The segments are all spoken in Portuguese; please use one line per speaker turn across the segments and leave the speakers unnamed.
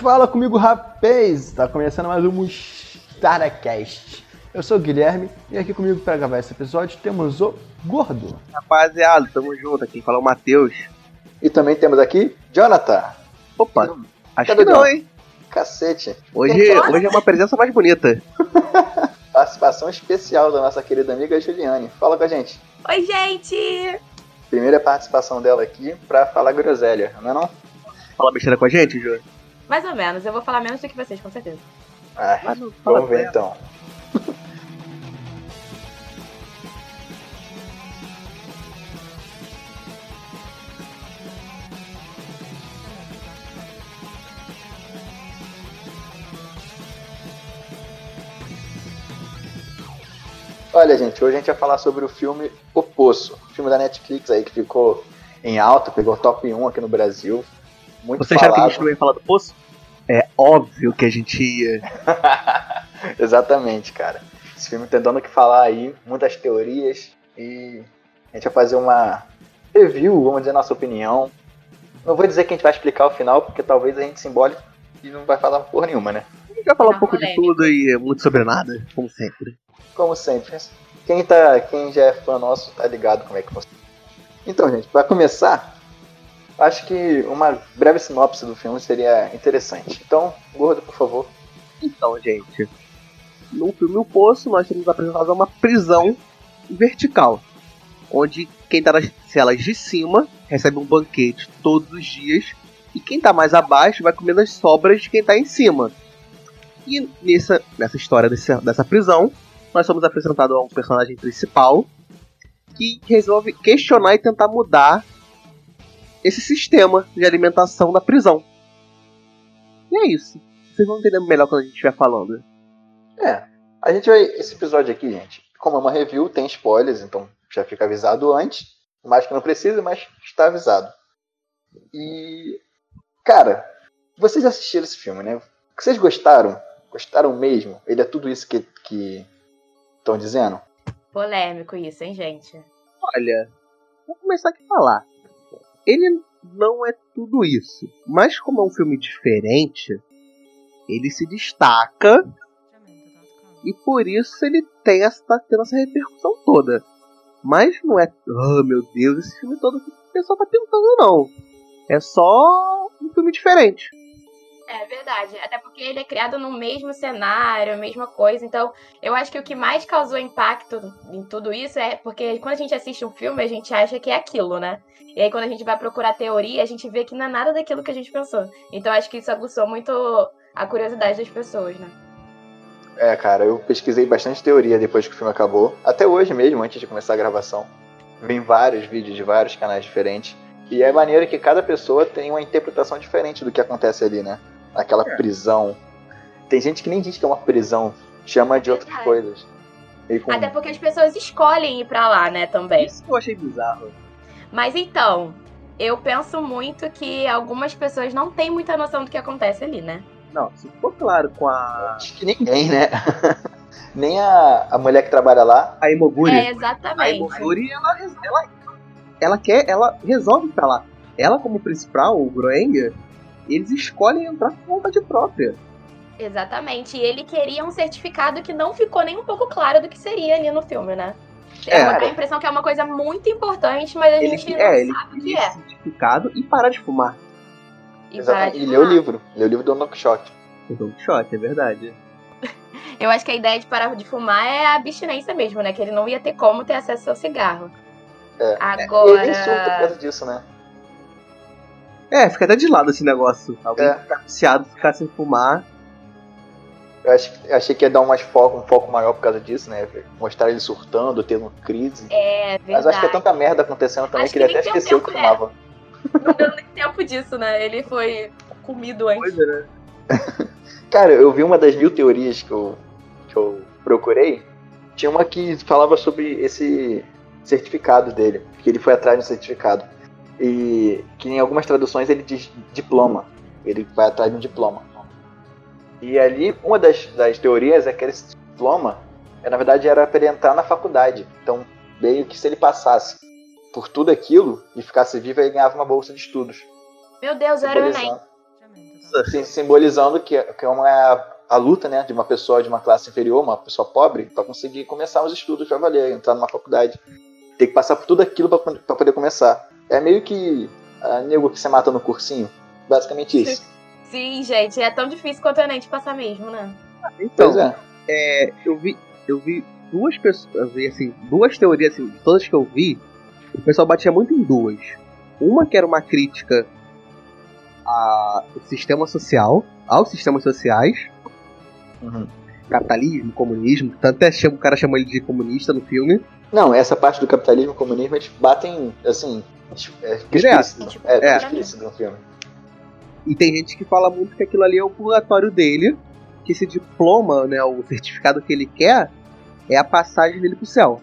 Fala comigo, rapaz! Tá começando mais um Mustaracast. Eu sou o Guilherme e aqui comigo para gravar esse episódio temos o Gordo.
Rapaziada, tamo junto. Aqui fala o Matheus.
E também temos aqui Jonathan.
Opa,
Não,
acho
cadê
que não,
não?
hein?
Cacete.
Hoje, hoje é uma presença mais bonita.
Participação especial da nossa querida amiga Juliane. Fala com a gente.
Oi, gente!
Primeira participação dela aqui pra falar groselha, não é não?
Fala besteira com a gente, Ju.
Mais ou menos, eu vou falar menos do que vocês, com certeza.
Ah,
Mas não fala
vamos ver
merda.
então. Olha, gente, hoje a gente vai falar sobre o filme O Poço, um filme da Netflix aí que ficou em alta, pegou top 1 aqui no Brasil. Muito
Você acharam que a
falado.
gente não ia falar do poço? É óbvio que a gente ia.
Exatamente, cara. Esse filme tem dando o que falar aí, muitas teorias e a gente vai fazer uma review, vamos dizer nossa opinião. Não vou dizer que a gente vai explicar o final, porque talvez a gente se embole e não vai falar porra nenhuma, né?
A gente vai falar um
Tá
pouco de
polêmico.
tudo e é muito sobre nada, como sempre.
Como sempre. Quem, tá, quem já é fã nosso tá ligado como é que funciona. Então, gente, pra começar, acho que uma breve sinopse do filme seria interessante. Então, gordo, por favor.
Então, gente, no filme O Poço, nós temos apresentados a uma prisão vertical, onde quem tá nas celas de cima recebe um banquete todos os dias e quem tá mais abaixo vai comendo as sobras de quem tá em cima. E nessa, nessa história desse- dessa prisão, nós somos apresentados a um personagem principal que resolve questionar e tentar mudar esse sistema de alimentação da prisão. E é isso. Vocês vão entender melhor quando a gente estiver falando.
É, a gente vai. Esse episódio aqui, gente, como é uma review, tem spoilers, então já fica avisado antes. Mais que não precisa, mas está avisado. E. Cara, vocês assistiram esse filme, né? Vocês gostaram? Gostaram mesmo? Ele é tudo isso que estão dizendo?
Polêmico isso, hein, gente?
Olha, vou começar aqui a falar. Ele não é tudo isso, mas como é um filme diferente, ele se destaca e por isso ele tem essa, tá tendo essa repercussão toda. Mas não é, ah meu Deus, esse filme todo que o pessoal tá pintando, não. É só um filme diferente.
É verdade, até porque ele é criado no mesmo cenário, mesma coisa. Então, eu acho que o que mais causou impacto em tudo isso é porque quando a gente assiste um filme, a gente acha que é aquilo, né? E aí, quando a gente vai procurar teoria, a gente vê que não é nada daquilo que a gente pensou. Então, acho que isso aguçou muito a curiosidade das pessoas, né?
É, cara, eu pesquisei bastante teoria depois que o filme acabou. Até hoje mesmo, antes de começar a gravação. Vem vários vídeos de vários canais diferentes. E é maneiro que cada pessoa tem uma interpretação diferente do que acontece ali, né? Naquela
É.
prisão. Tem gente que nem diz que é uma prisão, chama de outras
É Verdade.
coisas. Meio com-
Até porque as pessoas escolhem ir pra lá, né, também.
Isso que eu achei bizarro.
Mas então, eu penso muito que algumas pessoas não têm muita noção do que acontece ali, né?
Não, se ficou claro com a,
Acho que ninguém, né? nem a, a mulher que trabalha lá.
a Imoguri.
É,
A
exatamente.
Imoguri, ela, res- ela, ela quer, ela resolve ir pra lá. Ela, como principal, o Groenga, eles escolhem entrar por vontade própria.
Exatamente. E ele queria um certificado que não ficou nem um pouco claro do que seria ali no filme, né?
É.
É. uma- dá a impressão que é uma coisa muito importante, mas a
Ele,
gente não
é, ele
sabe o que
queria
é.
esse certificado e parar de fumar.
E
Exatamente.
vai
E leu é o
falar.
livro. Leu o livro do Knockshot.
Eu tô em choque, é verdade.
Eu acho que a ideia de parar de fumar é a abstinência mesmo, né? Que ele não ia ter como ter acesso ao cigarro.
É. E ele nem surta por
Agora.
causa disso, né?
É, fica até de lado esse negócio. Alguém
É.
ficar viciado, ficar sem fumar.
Eu ach- eu achei que ia dar umas foco, um foco maior por causa disso, né? Mostrar ele surtando, tendo crise.
É
Mas acho que é
verdade.
tanta merda acontecendo também
Acho
que ele
que
até
nem deu
esqueceu que
tempo, né?
fumava.
Não deu nem tempo disso, né? Ele foi comido antes.
Coisa, né?
Cara, eu vi uma das mil teorias que eu, que eu procurei. Tinha uma que falava sobre esse certificado dele, que ele foi atrás do certificado. E que em algumas traduções ele diz diploma. Ele vai atrás de um diploma. E ali, uma das, das teorias é que esse diploma, é, na verdade, era pra ele entrar na faculdade. Então, meio que se ele passasse por tudo aquilo e ficasse vivo, ele ganhava uma bolsa de estudos.
Meu Deus, era o Enem.
Simbolizando, sim, assim, simbolizando que, que é uma a luta né, de uma pessoa de uma classe inferior, uma pessoa pobre, para conseguir começar os estudos pra valer, entrar numa faculdade. Tem que passar por tudo aquilo para poder começar. É meio que a nego que você mata no cursinho. Basicamente isso.
Sim, gente, é tão difícil quanto o Enem de passar mesmo, né?
Então,
Pois é.
é, eu vi, eu vi duas pessoas, eu vi, assim, duas teorias, assim, de todas que eu vi, o pessoal batia muito em duas. Uma que era uma crítica a- ao sistema social, aos sistemas sociais,
Uhum.
capitalismo, comunismo, tanto até chama, o cara chama ele de comunista no filme.
Não, essa parte do capitalismo e comunismo eles batem, assim. É explícito. É,
É.
é. explícito no filme.
E tem gente que fala muito que aquilo ali é o purgatório dele, que esse diploma, né, o certificado que ele quer, é a passagem dele pro céu.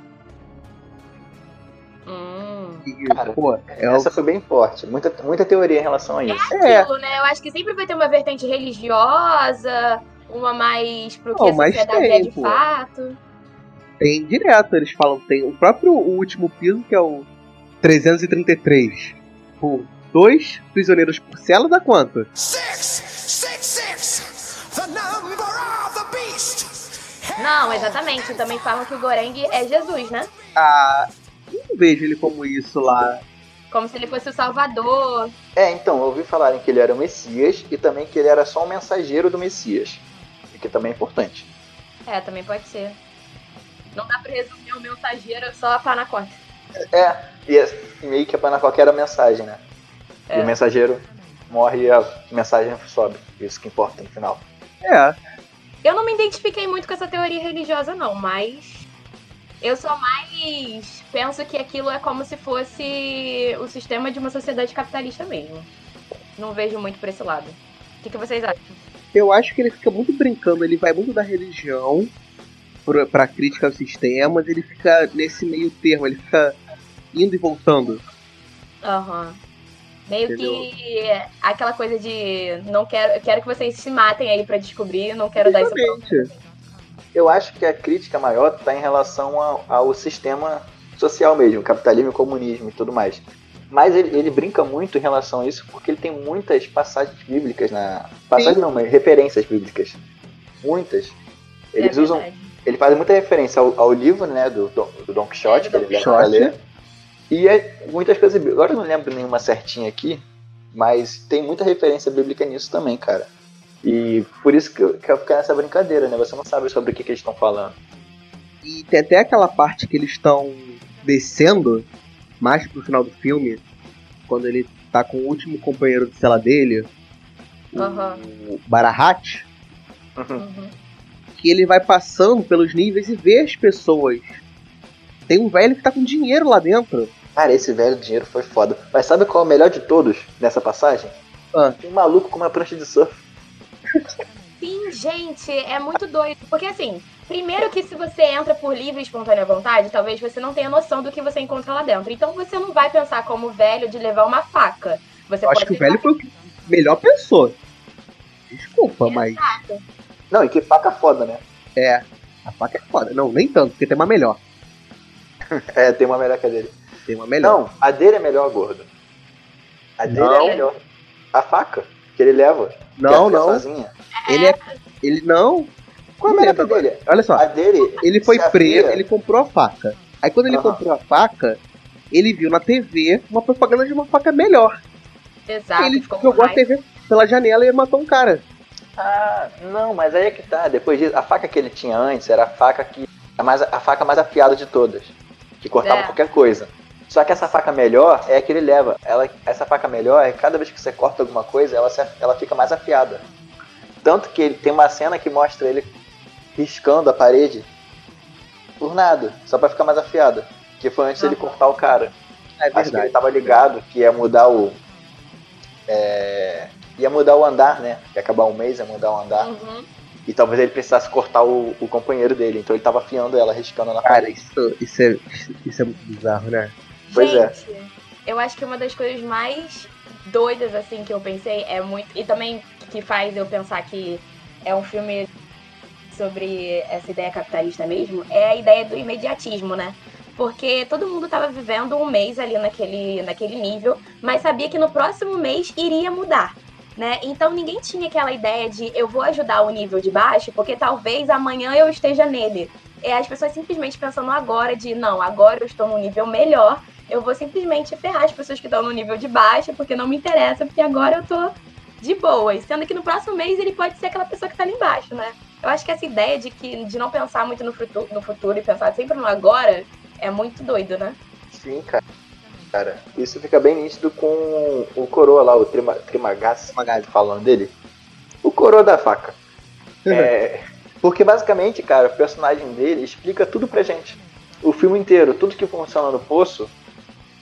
Hum.
E,
Cara,
pô, é o
Essa foi bem forte. Muita, muita teoria em relação a isso.
É.
Aquilo, né? Eu acho que sempre vai ter uma vertente religiosa, uma mais pro que
Não,
a
mas
sociedade
tem,
é de
pô.
fato.
Tem direto, eles falam, tem o próprio último piso, que é o 333. Por dois prisioneiros por cela dá quanto?
Six, six, six, the number of the beast.
Não, exatamente. Também falam que o Goreng é Jesus, né?
Ah, eu não vejo ele como isso lá.
Como se ele fosse o salvador.
É, então, eu ouvi falarem que ele era o Messias e também que ele era só um mensageiro do Messias. O que também é importante.
É, também pode ser. Não dá pra resumir o mensageiro só a panacota.
E é- e meio que a Panacota era a mensagem, né? E
É.
o mensageiro morre e a mensagem sobe. Isso que importa no final.
É,
Eu não me identifiquei muito com essa teoria religiosa, não, mas. Eu sou mais. Penso que aquilo é como se fosse o sistema de uma sociedade capitalista mesmo. Não vejo muito por esse lado. O que, que vocês acham?
eu acho que ele fica muito brincando, ele vai muito da religião pra, pra crítica aos sistemas, ele fica nesse meio termo, ele fica indo e voltando.
Aham. Meio
Entendeu?
que aquela coisa de não quero, eu quero que vocês se matem aí pra descobrir, não quero dar isso pra
Exatamente.
Eu acho que a crítica maior está em relação a- ao sistema social mesmo, capitalismo, comunismo e tudo mais. Mas ele, ele brinca muito em relação a isso porque ele tem muitas passagens bíblicas na. Passagens não, mas referências bíblicas. Muitas. Eles
É
usam
verdade.
ele faz muita referência ao, ao livro, né, do, Don- do Don Quixote,
É,
que
do
ele
Don
leva pra
Quixote.
ler. E é muitas coisas bíblicas. Agora eu não lembro nenhuma certinha aqui, mas tem muita referência bíblica nisso também, cara. E por isso que eu quero ficar nessa brincadeira, né? Você não sabe sobre o que, que eles estão falando.
E tem até aquela parte que eles estão descendo, mais pro final do filme, quando ele tá com o último companheiro de cela dele,
Aham.
o Barahat,
Uhum.
que ele vai passando pelos níveis e vê as pessoas. Tem um velho que tá com dinheiro lá dentro.
Cara, esse velho dinheiro foi foda. Mas sabe qual é o melhor de todos nessa passagem?
Ah.
Tem um maluco com uma prancha de surf.
Sim, gente, é muito doido. Porque assim, primeiro que se você entra por livre e espontânea vontade, talvez você não tenha noção do que você encontra lá dentro. Então você não vai pensar como velho de levar uma faca. Você
Eu
pode
acho que o
pensar-
velho foi o que melhor pensou. Desculpa, mas
Não, e que faca foda, né?
é. A faca é foda. Não, nem tanto, porque tem uma melhor.
É, tem uma melhor que a dele.
Tem uma melhor.
Não, a dele é melhor, gordo. A dele
Não.
é melhor. A faca que ele leva. que
Não,
é- que é
não.
sozinha.
Ele é. Ele não. tá
Qual é a meta
Lembra?
dele?
Olha só.
A dele.
Ele foi
se a
preso,
filha-
ele comprou a faca. Aí quando ele
Aham.
comprou a faca, ele viu na TV uma propaganda de uma faca melhor.
Exato,
Tá,
ele
ficou
jogou
com
a
raiva.
TV pela janela e matou um cara.
Ah, não, mas aí é que tá. Depois disso, a faca que ele tinha antes era a faca que. A, mais, a faca mais afiada de todas. Que cortava
É.
qualquer coisa. Só que essa faca melhor é a que ele leva. Ela, essa faca melhor é cada vez que você corta alguma coisa, ela, se- ela fica mais afiada. Tanto que ele tem uma cena que mostra ele riscando a parede por nada, só pra ficar mais afiada. Que foi antes dele cortar o cara.
É
Acho que ele
verdade.
tava ligado que ia mudar o. é, ia mudar o andar, né? Ia acabar um mês, ia mudar o andar.
Uhum.
E talvez ele precisasse cortar o, o companheiro dele. Então ele tava afiando ela, riscando na
Cara,
parede.
isso, isso, é, isso é muito bizarro, né?
Pois é.
Gente, eu acho que uma das coisas mais doidas, assim, que eu pensei é muito. E também que faz eu pensar que é um filme sobre essa ideia capitalista mesmo, é a ideia do imediatismo, né? Porque todo mundo tava vivendo um mês ali naquele, naquele nível, mas sabia que no próximo mês iria mudar. Né? Então ninguém tinha aquela ideia de eu vou ajudar o nível de baixo, porque talvez amanhã eu esteja nele. É, as pessoas simplesmente pensando agora de não, agora eu estou num nível melhor, eu vou simplesmente ferrar as pessoas que estão no nível de baixo, porque não me interessa, porque agora eu tô de boas. Sendo que no próximo mês ele pode ser aquela pessoa que tá ali embaixo, né? Eu acho que essa ideia de que de não pensar muito no futuro, no futuro e pensar sempre no agora é muito doido, né?
Sim, cara. Cara, isso fica bem nítido com o coroa lá, o Trima, Trimagás, Trimagás falando dele. O coroa da faca. É, porque basicamente, cara, o personagem dele explica tudo pra gente. O filme inteiro, tudo que funciona no poço,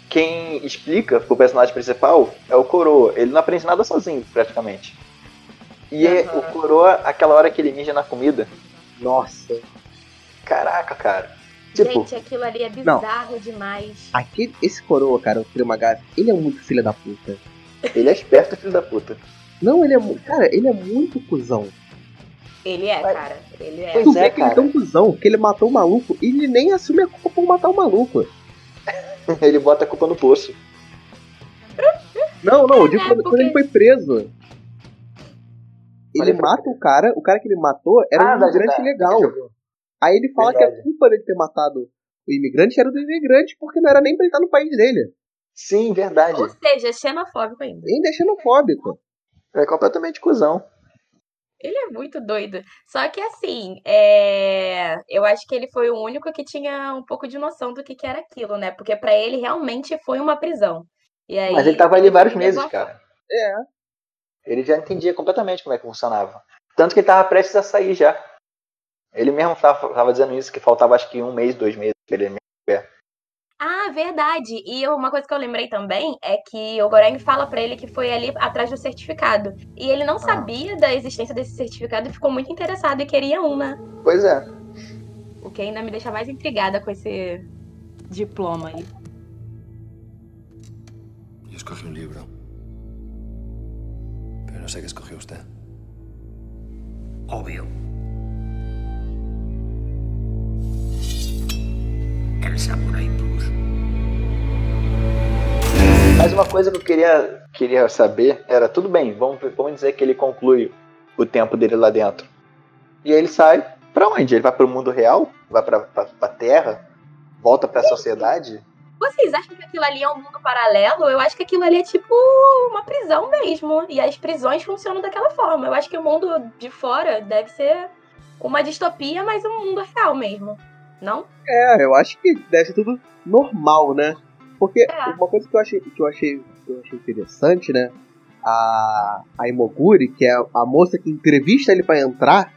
quem explica pro personagem principal é o coroa. Ele não aprende nada sozinho, praticamente. E é o coroa, aquela hora que ele mija na comida. Nossa. Caraca, cara. Tipo,
Gente, aquilo ali é bizarro demais.
Aquele, esse coroa, cara, o Trimagás, ele é muito filho da puta.
ele é esperto, filho da puta.
Não, ele é muito. Cara, ele é muito cuzão.
Ele é,
Mas-
cara. Ele é.
Pois
tu
é,
vê que ele é
cara.
tão cuzão que ele matou o maluco e ele nem assume a culpa por matar o maluco.
Ele bota a culpa no poço.
Não, não, eu digo
É,
quando, quando
porque-
ele foi preso. Ele
ele foi
mata o cara, o cara que ele matou era um
Ah, verdade,
imigrante legal.
deixa eu ver.
Aí ele fala que a
Verdade.
culpa dele ter matado o imigrante era do imigrante, porque não era nem pra ele estar no país dele.
Sim, verdade.
Ou seja, xenofóbico ainda.
Nem deixando fóbico.
É completamente cuzão.
Ele é muito doido. Só que assim, é... eu acho que ele foi o único que tinha um pouco de noção do que, que era aquilo, né? Porque pra ele realmente foi uma prisão. E aí,
Mas É, ele tava ali vários meses,
levou a-
cara.
É.
Ele já entendia completamente como é que funcionava. Tanto que ele tava prestes a sair já. Ele mesmo tava, tava dizendo isso, que faltava acho que um mês, dois meses pra ele
Ah, verdade. E uma coisa que eu lembrei também é que o Goreng fala pra ele que foi ali atrás do certificado. E ele
Ah.
não sabia da existência desse certificado e ficou muito interessado e queria um, né?
Pois é.
O que ainda me deixa mais intrigada com esse diploma aí.
Yo escogí un libro. Pero no sé qué escogió usted.
Obvio. El Samurai Plus.
Mas uma coisa que eu queria, queria saber era, tudo bem, vamos, vamos dizer que ele conclui o tempo dele lá dentro. E aí ele sai pra onde? Ele vai pro mundo real? Vai pra, pra, pra terra? Volta pra sociedade?
Vocês acham que aquilo ali é um mundo paralelo? Eu acho que aquilo ali é tipo uma prisão mesmo. E as prisões funcionam daquela forma. Eu acho que o mundo de fora deve ser uma distopia, mas um mundo real mesmo. Não?
É, eu acho que deve ser tudo normal, né? Porque
É.
uma coisa que eu achei, que eu achei, que eu achei interessante, né? A, a Imoguri, que é a moça que entrevista ele pra entrar,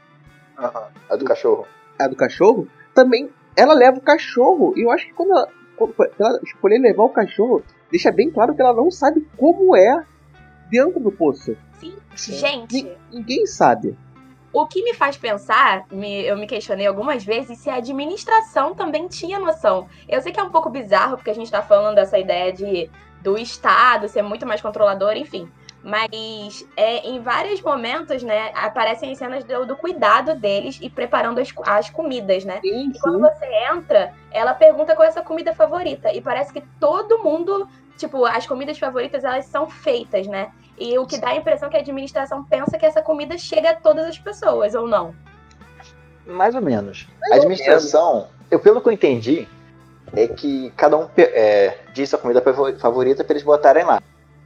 Aham. A do cachorro.
a do cachorro, também ela leva o cachorro. E eu acho que quando ela, quando ela escolher levar o cachorro, deixa bem claro que ela não sabe como é dentro do poço.
Sim.
Sim.
Gente,
Ni- ninguém sabe.
O que me faz pensar, me- eu me questionei algumas vezes, se a administração também tinha noção. Eu sei que é um pouco bizarro, porque a gente tá falando dessa ideia de, do Estado ser muito mais controlador, enfim. Mas é, em vários momentos, né, aparecem as cenas do, do cuidado deles e preparando as, co- as comidas, né?
Sim,
E quando você entra, ela pergunta qual é a sua comida favorita. E parece que todo mundo, tipo, as comidas favoritas, elas são feitas, né? E o que dá a impressão é que a administração pensa que essa comida chega a todas as pessoas, ou não.
Mais ou menos. a administração, eu, pelo que eu entendi, é que cada um pe- é, diz a comida favor- favorita pra eles botarem lá.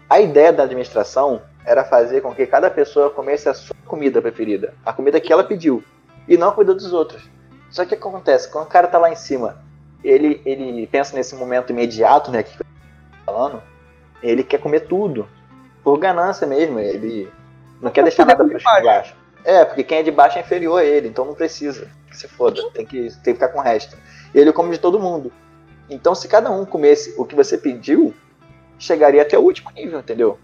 A ideia da administração era fazer com que cada pessoa comesse a sua comida preferida, a comida que ela pediu, e não a comida dos outros. Só que o que acontece, quando o cara tá lá em cima, ele, ele pensa nesse momento imediato, né, que eu tô falando, ele quer comer tudo. Por ganância mesmo, ele não quer deixar nada para os de baixo. É, porque quem é de baixo é inferior a ele, então não precisa. Que se foda, tem que, tem que ficar com o resto. E ele come de todo mundo. Então, se cada um comesse o que você pediu, chegaria até o último nível, entendeu?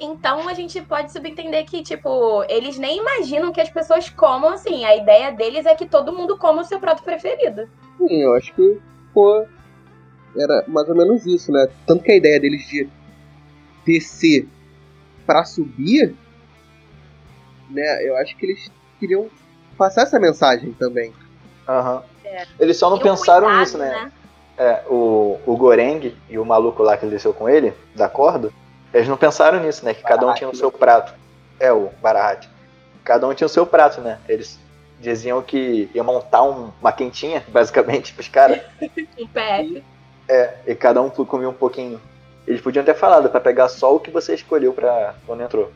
Então a gente pode subentender que, tipo, eles nem imaginam que as pessoas comam assim. A ideia deles é que todo mundo coma o seu prato preferido.
Sim, assim, eu acho que pô, era mais ou menos isso, né? Tanto que a ideia deles de descer pra subir, né? Eu acho que eles queriam passar essa mensagem também.
Aham. Eles só não
É. E o
pensaram
cuidado,
nisso, né? é, o, o Goreng e o maluco lá que desceu com ele, da corda, eles não pensaram nisso, né? Que cada um tinha o seu prato. É, o Barahat. Cada um tinha o seu prato, né? Eles diziam que ia montar um- uma quentinha, basicamente, pros caras.
Um PF.
E cada um comia um pouquinho. Eles podiam ter falado pra pegar só o que você escolheu pra quando entrou.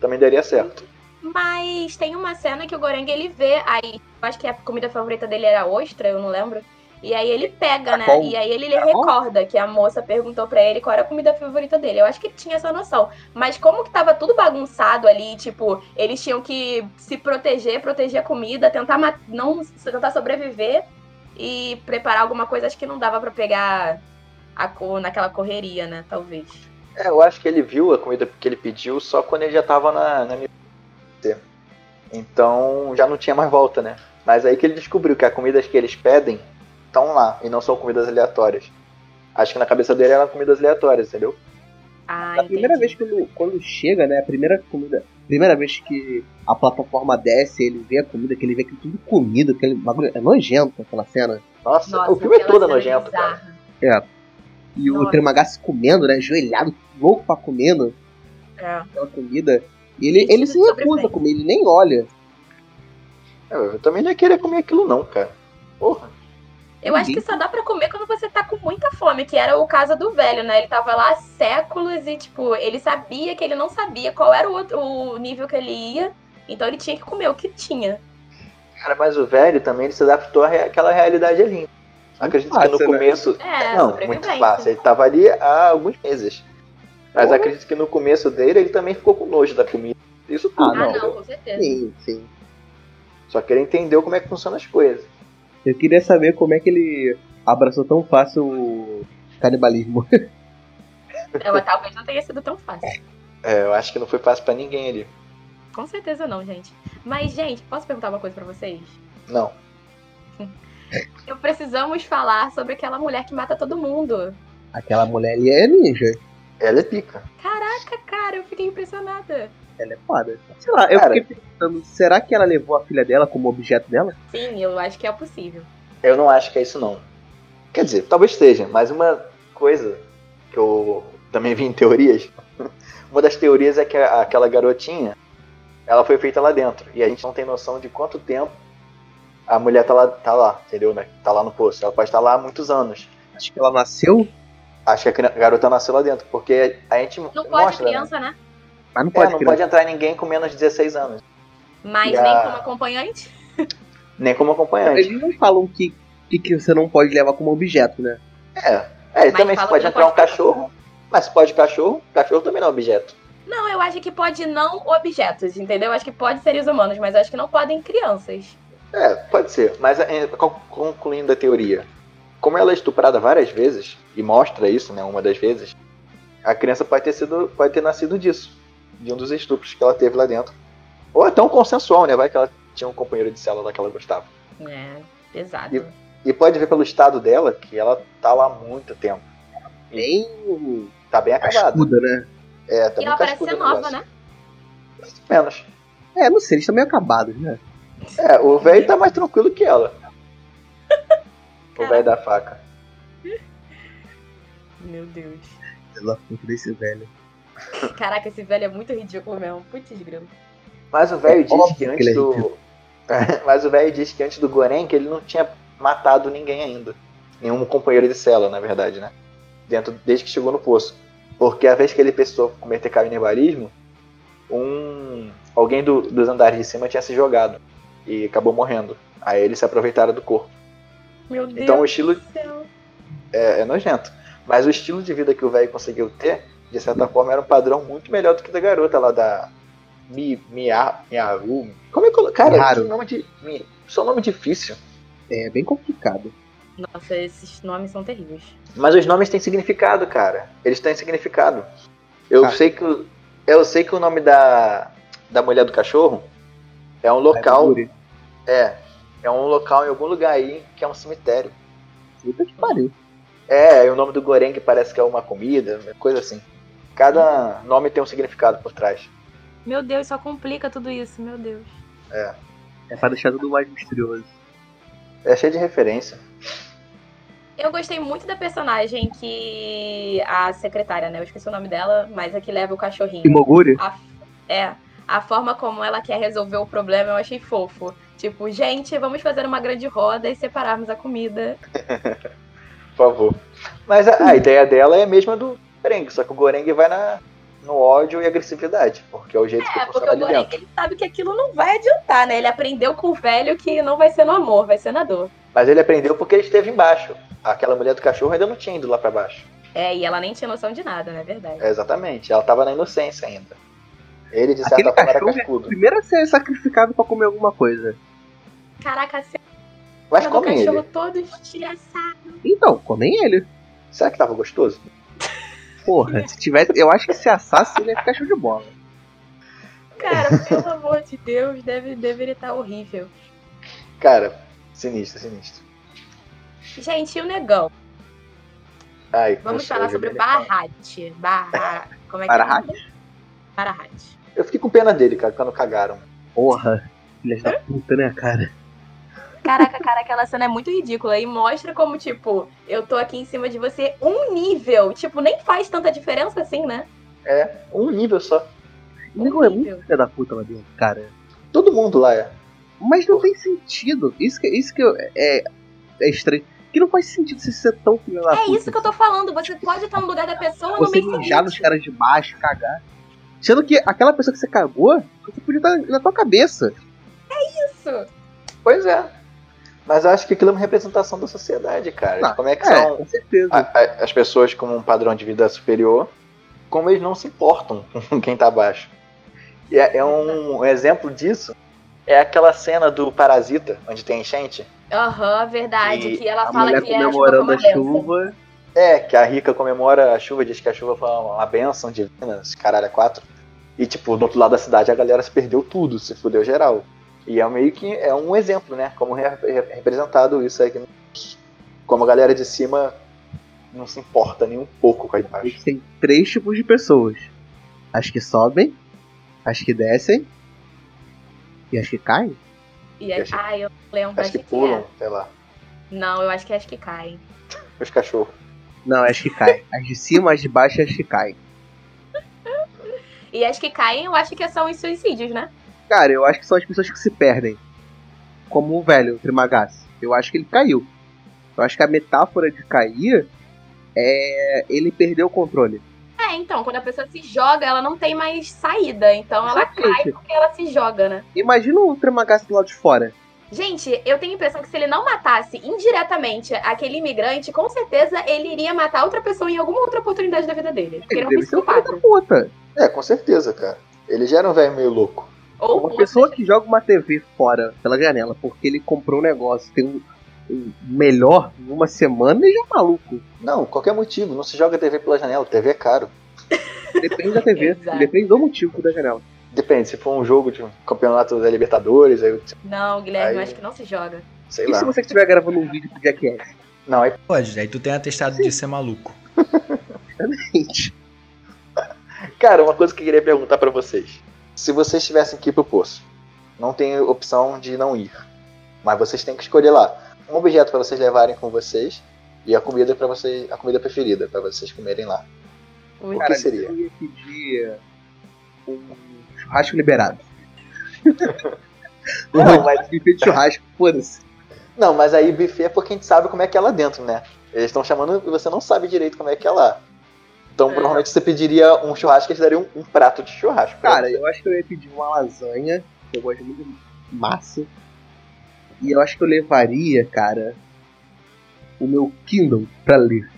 Também daria certo.
Mas tem uma cena que o Goreng ele vê, aí eu acho que a comida favorita dele era ostra, eu não lembro. E aí ele pega, né?
Caracol.
E aí ele, recorda que a moça perguntou pra ele qual era a comida favorita dele. Eu acho que ele tinha essa noção. Mas como que tava tudo bagunçado ali, tipo, eles tinham que se proteger, proteger a comida, tentar ma- não tentar sobreviver e preparar alguma coisa, acho que não dava pra pegar a cor naquela correria, né? Talvez.
É, eu acho que ele viu a comida que ele pediu só quando ele já tava na, na minha. Então já não tinha mais volta, né? Mas aí que ele descobriu que as comidas que eles pedem estão lá e não são comidas aleatórias. Acho que na cabeça dele eram comidas aleatórias, entendeu?
Ah,
A primeira
entendi.
vez que ele- quando chega, né? A primeira comida. Primeira vez que a plataforma desce, ele vê a comida, que ele vê que tudo comido, aquele bagulho. É nojento aquela cena.
Nossa,
Nossa,
o filme é
aquela
todo
cena
nojento,
bizarra.
cara.
E o
Nossa.
Tremagassi comendo, né? Ajoelhado, louco pra comendo
É.
aquela comida. E ele,
Ele
ele se recusa a
sobrevém.
comer, ele nem olha.
É, Eu, eu também não ia querer comer aquilo, não, cara. Porra.
Eu acho
Uhum.
que só dá pra comer quando você tá com muita fome, que era o caso do velho, né? Ele tava lá há séculos e, tipo, ele sabia que ele não sabia qual era o, outro- o nível que ele ia, então ele tinha que comer o que tinha.
Cara, mas o velho também ele se adaptou à re- àquela realidade ali. Acredito que no
fácil, né?
começo
É,
Não, muito
sobrevivência.
fácil. Ele tava ali há alguns meses.
Uhum.
Mas acredito que no começo dele ele também ficou com nojo da comida. Isso tudo.
Ah,
Ah, não,
entendeu?
com certeza.
Sim, sim.
Só que ele entendeu como é que funcionam as coisas.
Eu queria saber como é que ele abraçou tão fácil o canibalismo.
Ela talvez não tenha sido tão fácil.
É, eu acho que não foi fácil pra ninguém ali.
Com certeza não, gente. Mas, gente, posso perguntar uma coisa pra vocês?
Não.
Eu precisamos falar sobre aquela mulher que mata todo mundo.
Aquela mulher ali é ninja.
Ela é pica.
Caraca, cara, eu fiquei impressionada.
Ela é foda. Sei lá, eu
Cara.
fiquei pensando, será que ela levou a filha dela como objeto dela?
Sim, eu acho que é possível.
Eu não acho que é isso não. Quer dizer, talvez esteja, mas uma coisa que eu também vi em teorias, uma das teorias é que a- aquela garotinha, ela foi feita lá dentro. E a gente não tem noção de quanto tempo a mulher tá lá, tá lá entendeu? né? Tá lá no poço. Ela pode estar lá há muitos anos.
Acho que ela nasceu,
Acho que a cri- garota nasceu lá dentro, porque a gente
Não pode
mostra, né?
criança, né?
mas não
É,
pode
não
criar.
pode entrar ninguém com menos de 16 anos,
Mas
E a-
nem como acompanhante.
nem como acompanhante.
Eles não falam que, que, que você não pode levar como objeto, né?
É, e
Mas
também você
fala
pode
que não
entrar
pode
um
criança.
cachorro, mas se pode cachorro, cachorro também não é objeto.
Não, eu acho que pode não objetos, entendeu? Eu acho que pode seres humanos, mas eu acho que não podem crianças.
É, pode ser. Mas é, con- concluindo a teoria, como ela é estuprada várias vezes, e mostra isso, né, uma das vezes, a criança pode ter sido, pode ter nascido disso, de um dos estupros que ela teve lá dentro. Ou até um consensual, né? Vai que ela tinha um companheiro de célula que ela gostava.
É, pesado.
E- E pode ver pelo estado dela que ela tá lá há muito tempo.
Bem
Tá bem acabada.
cascuda, Hum. né?
É, tá
E
bem
ela parece
cascuda
ser
o
nova,
negócio.
né?
Mais ou Menos.
É, não sei, eles estão meio acabados, né?
É, o velho tá mais tranquilo que ela. o
Caraca.
velho da faca.
Meu Deus.
Pela puta desse velho.
Caraca, esse velho é muito ridículo mesmo. Putz, grilo.
Mas o velho
É
diz
óbvio
que
que
antes
ele é
do. Mas o velho diz que antes do Goren que ele não tinha matado ninguém ainda. Nenhum companheiro de cela, na verdade, né? Dentro, desde que chegou no poço. Porque a vez que ele pensou em cometer canibalismo, um. alguém do- dos andares de cima tinha se jogado. E acabou morrendo. Aí eles se aproveitaram do corpo.
Meu Deus
Então, o estilo-
do céu.
É, é nojento. Mas o estilo de vida que o velho conseguiu ter, de certa forma, era um padrão muito melhor do que da garota lá da. Mi, Mia, Miaru. Como é que. eu- Cara,
Miharu.
que nome de. Mi, só nome difícil.
É bem complicado.
Nossa, esses nomes são terríveis.
Mas os nomes têm significado, cara. Eles têm significado. Eu
Ah.
sei que. o- Eu sei que o nome da. Da mulher do cachorro é um local.
Aí,
É. É um local em algum lugar aí que é um cemitério.
Puta que pariu.
É, e o nome do Goreng parece que é uma comida, uma coisa assim. Cada nome tem um significado por trás.
Meu Deus, só complica tudo isso, meu Deus.
É pra deixar tudo mais misterioso.
É cheio de referência.
Eu gostei muito da personagem que a secretária, né? Eu esqueci o nome dela, mas a que leva o cachorrinho.
Imoguri?
A, é, a forma como ela quer resolver o problema eu achei fofo. Tipo, gente, vamos fazer uma grande roda e separarmos a comida.
por favor. Mas a, a ideia dela é a mesma do Goreng, só que o Goreng vai na, no ódio e agressividade, porque é o jeito que
É, porque
funciona
o
ali
Goreng,
dentro.
ele sabe que aquilo não vai adiantar, né? Ele aprendeu com o velho que não vai ser no amor, vai ser na dor.
Mas ele aprendeu porque ele esteve embaixo. Aquela mulher do cachorro ainda não tinha ido lá pra baixo.
É, e ela nem tinha noção de nada, né? Verdade.
É, exatamente, ela tava na inocência ainda. Ele, de certa
Aquele
forma, era
cachorro é
cascudo.
Primeiro a ser sacrificado pra comer alguma coisa.
Caraca, a cena
Mas
do
comem
cachorro
ele.
todo estilhaçado.
Então, comem ele.
Será que tava gostoso?
Porra, se tivesse. Eu acho que se assasse ele ia ficar show de bola.
Cara, pelo amor de Deus, deve, deveria estar horrível.
Cara, sinistro, sinistro.
Gente, e o negão?
Ai,
Vamos
puxa,
falar
eu
sobre
vi-
Barrate. Barra... Como é que
Barrate?
é? Barrate.
Eu fiquei com pena dele, cara, quando cagaram.
Porra. Filhas da puta, né, cara?
Caraca, cara, aquela cena é muito ridícula e mostra como, tipo, eu tô aqui em cima de você um nível. Tipo, nem faz tanta diferença assim, né?
É, um nível só.
O Negão é
Horrível.
muito filha da puta lá dentro, cara.
Todo mundo lá é.
Mas não tem sentido. Isso que, isso que eu- é, é estranho. Que não faz sentido você ser tão filha da
É
Ah, puta.
isso que eu tô falando. Você pode estar no lugar da pessoa no
Você
meio
mijar nos caras de baixo, cagar. Sendo que aquela pessoa que você cagou, você podia estar na tua cabeça.
disso.
Pois é. Mas eu acho que aquilo é uma representação da sociedade, cara.
Não,
De como é que
É,
são
com certeza.
a- a- as pessoas com um padrão de vida superior, como eles não se importam com quem tá abaixo. E é, é um, um exemplo disso é aquela cena do Parasita, onde tem enchente.
Aham, verdade.
E
que ela
a
fala
mulher
que é
comemorando a
uma benção.
chuva.
É, que a Rica comemora a chuva, diz que a chuva foi uma, uma benção divina, esse caralho é quatro. E, tipo, do outro lado da cidade a galera se perdeu tudo, se fudeu geral. E é meio que é um exemplo, né? Como re- re- representado isso aí. que- Como a galera de cima não se importa nem um pouco com a de
A
baixo.
gente tem três tipos de pessoas: as que sobem, as que descem e as que caem.
E aí,
Acho-
ai, eu não lembro.
Acho que pulam, sei lá,
é. Não, eu acho que é as que caem.
os cachorros.
Não, é as que caem. As de cima, as de baixo e as que caem.
E as que caem, eu acho que são os suicídios, né?
Cara, eu acho que são as pessoas que se perdem. Como o velho, o Trimagassi. Eu acho que ele caiu. Eu acho que a metáfora de cair é. Ele perdeu o controle.
É, então, quando a pessoa se joga, ela não tem mais saída. Então ela
Exatamente.
cai porque ela se joga, né?
Imagina o Trimagassi do lado de fora.
Gente, eu tenho a impressão que se ele não matasse indiretamente aquele imigrante, com certeza ele iria matar outra pessoa em alguma outra oportunidade da vida dele. Porque ele é um
deve ser um filho da
psicopata.
puta.
É, com certeza, cara. Ele já era um velho meio louco.
Ou um
Uma pessoa que joga uma TV fora pela janela porque ele comprou um negócio, tem um, um melhor em uma semana, ele já é maluco.
Não, qualquer motivo, não se joga TV pela janela, TV é caro.
Depende da TV,
Exato.
depende do motivo da janela.
Depende, se for um jogo de um campeonato da Libertadores, aí
Não, Guilherme, eu
Aí-
acho que não se joga.
sei
E
lá.
se você estiver gravando um vídeo pro Jackass?
Não, é aí,
Pode, aí tu tem atestado de ser maluco.
Gente,
Cara, uma coisa que eu queria perguntar pra vocês. Se vocês tivessem que ir pro poço, não tem opção de não ir. Mas vocês têm que escolher lá um objeto pra vocês levarem com vocês e a comida para vocês, a comida preferida pra vocês comerem lá.
Ui.
O
cara,
que seria?
eu ia pedir um churrasco liberado. um
Não,
rodízio de buffet de churrasco, foda-se.
Não, mas aí buffet é porque a gente sabe como é que é lá dentro, né? Eles estão chamando e você não sabe direito como é que é lá. Então
É.
provavelmente você pediria um churrasco, eles dariam um, um prato de churrasco. pra
Cara,
você.
eu acho que eu ia pedir uma lasanha, que eu gosto muito de massa. E eu acho que eu levaria, cara, o meu Kindle pra ler.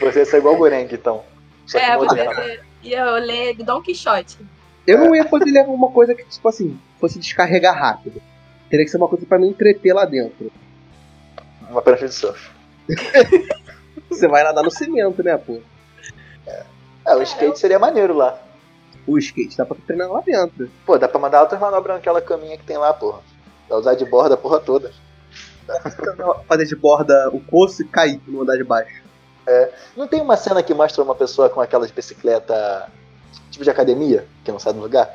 você ia ser igual o Goreng, então. Só que
É, você
moderno.
ia ler Don Quixote.
Eu não ia poder levar uma coisa que, tipo assim, fosse descarregar rápido. Teria que ser uma coisa pra me entreter lá dentro.
Uma prancha de surf.
Você vai nadar no cimento, né, pô?
É, o skate seria maneiro lá.
O skate dá pra treinar lá dentro.
Pô, dá pra mandar outras manobras naquela caminha que tem lá, porra. Dá usar de borda a porra toda.
Fazer de borda o coço e cair no andar de baixo.
Não tem uma cena que mostra uma pessoa com aquelas bicicleta tipo de academia, que não sai do lugar?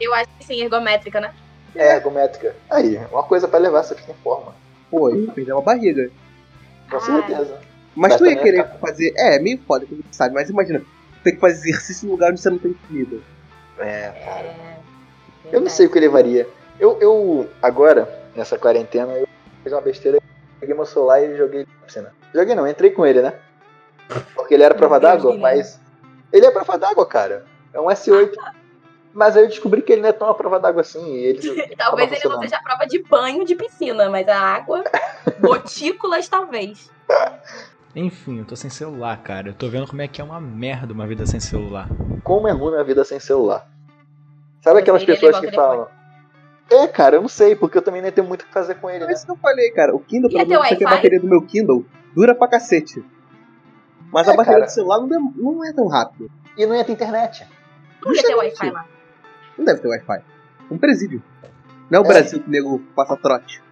Eu acho que sim, ergométrica, né?
É, ergométrica. Aí, uma coisa pra levar, você fica em forma.
Uhum.
Pô, eu ia perder uma barriga.
com certeza.
Mas
Mas
tu ia
também é
querer fazer. É, é meio foda que tu sabe, mas imagina, tu tem que fazer exercício em um lugar onde você não tem comida.
É.
É,
Eu não sei o que eu levaria. Eu, eu agora, nessa quarentena, eu fiz uma besteira, peguei meu celular e joguei ele na piscina. Joguei não, entrei com ele, né? Porque ele era prova
Meu Deus,
d'água,
Guilherme.
mas. Ele é prova d'água, cara. É um S8. Mas aí eu descobri que ele não é tão a prova d'água assim. E ele
Talvez
tava
ele não
funcionando.
seja a prova de banho de piscina, mas a água, botículas talvez.
Enfim, eu tô sem celular, cara. Eu tô vendo como é que é uma merda uma vida sem celular.
Como é ruim a vida sem celular. Sabe
Você
aquelas
iria
pessoas
levar o
que falam. É, cara, eu não sei, porque eu também não tenho muito o que fazer com ele,
É
né?
isso que eu falei, cara. O Kindle,
Ia
pelo
ter
menos, só que a
Wi-Fi?
bateria do meu Kindle dura pra cacete. Mas a
É,
bateria
cara.
do celular não, dem- não é tão rápida.
E não ia ter internet.
Não ia ter
Justamente.
Wi-Fi lá.
Não deve ter Wi-Fi. Um presídio. Não é o
É.
Brasil que o nego passa trote.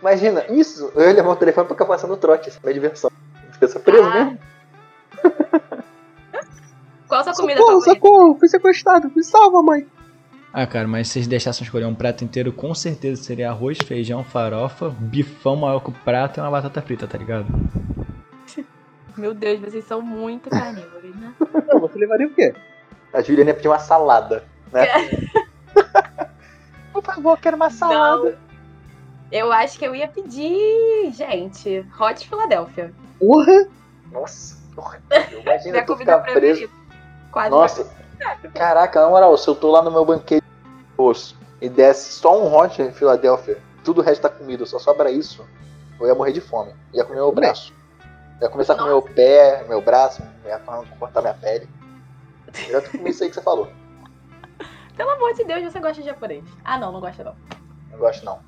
Imagina, isso, eu ia levar o telefone pra ficar passando trote, isso é minha diversão. Fica preso
Ah.
mesmo?
Qual a sua comida
socorro,
favorita?
socorro, fui sequestrado, me salva, mãe.
Ah, cara, mas se vocês deixassem eu escolher um prato inteiro, com certeza seria arroz, feijão, farofa, bifão maior que o prato e uma batata frita, tá ligado?
Meu Deus, vocês são muito carnívoros, né?
Não, você levaria o quê?
A Juliana ia pedir uma salada, né? Por favor, quero uma salada.
Não. Eu acho que eu ia pedir, gente, Hot Philadelphia.
Porra!
Nossa, que horrível. Imagina
Minha
tu
comida
ficar preso.
preferida. né? Quase
Nossa, caraca, na moral, se eu tô lá no meu banquete de osso e desce só um hot em Filadélfia, tudo o resto da comida, só sobra isso, eu ia morrer de fome. Ia comer meu braço. Ia começar a comer meu pé, meu braço, ia cortar minha pele. Eu já comi isso aí que você falou.
Pelo amor de Deus, você gosta de japonês. Ah, não, não gosta não.
Tá
Não gosto não.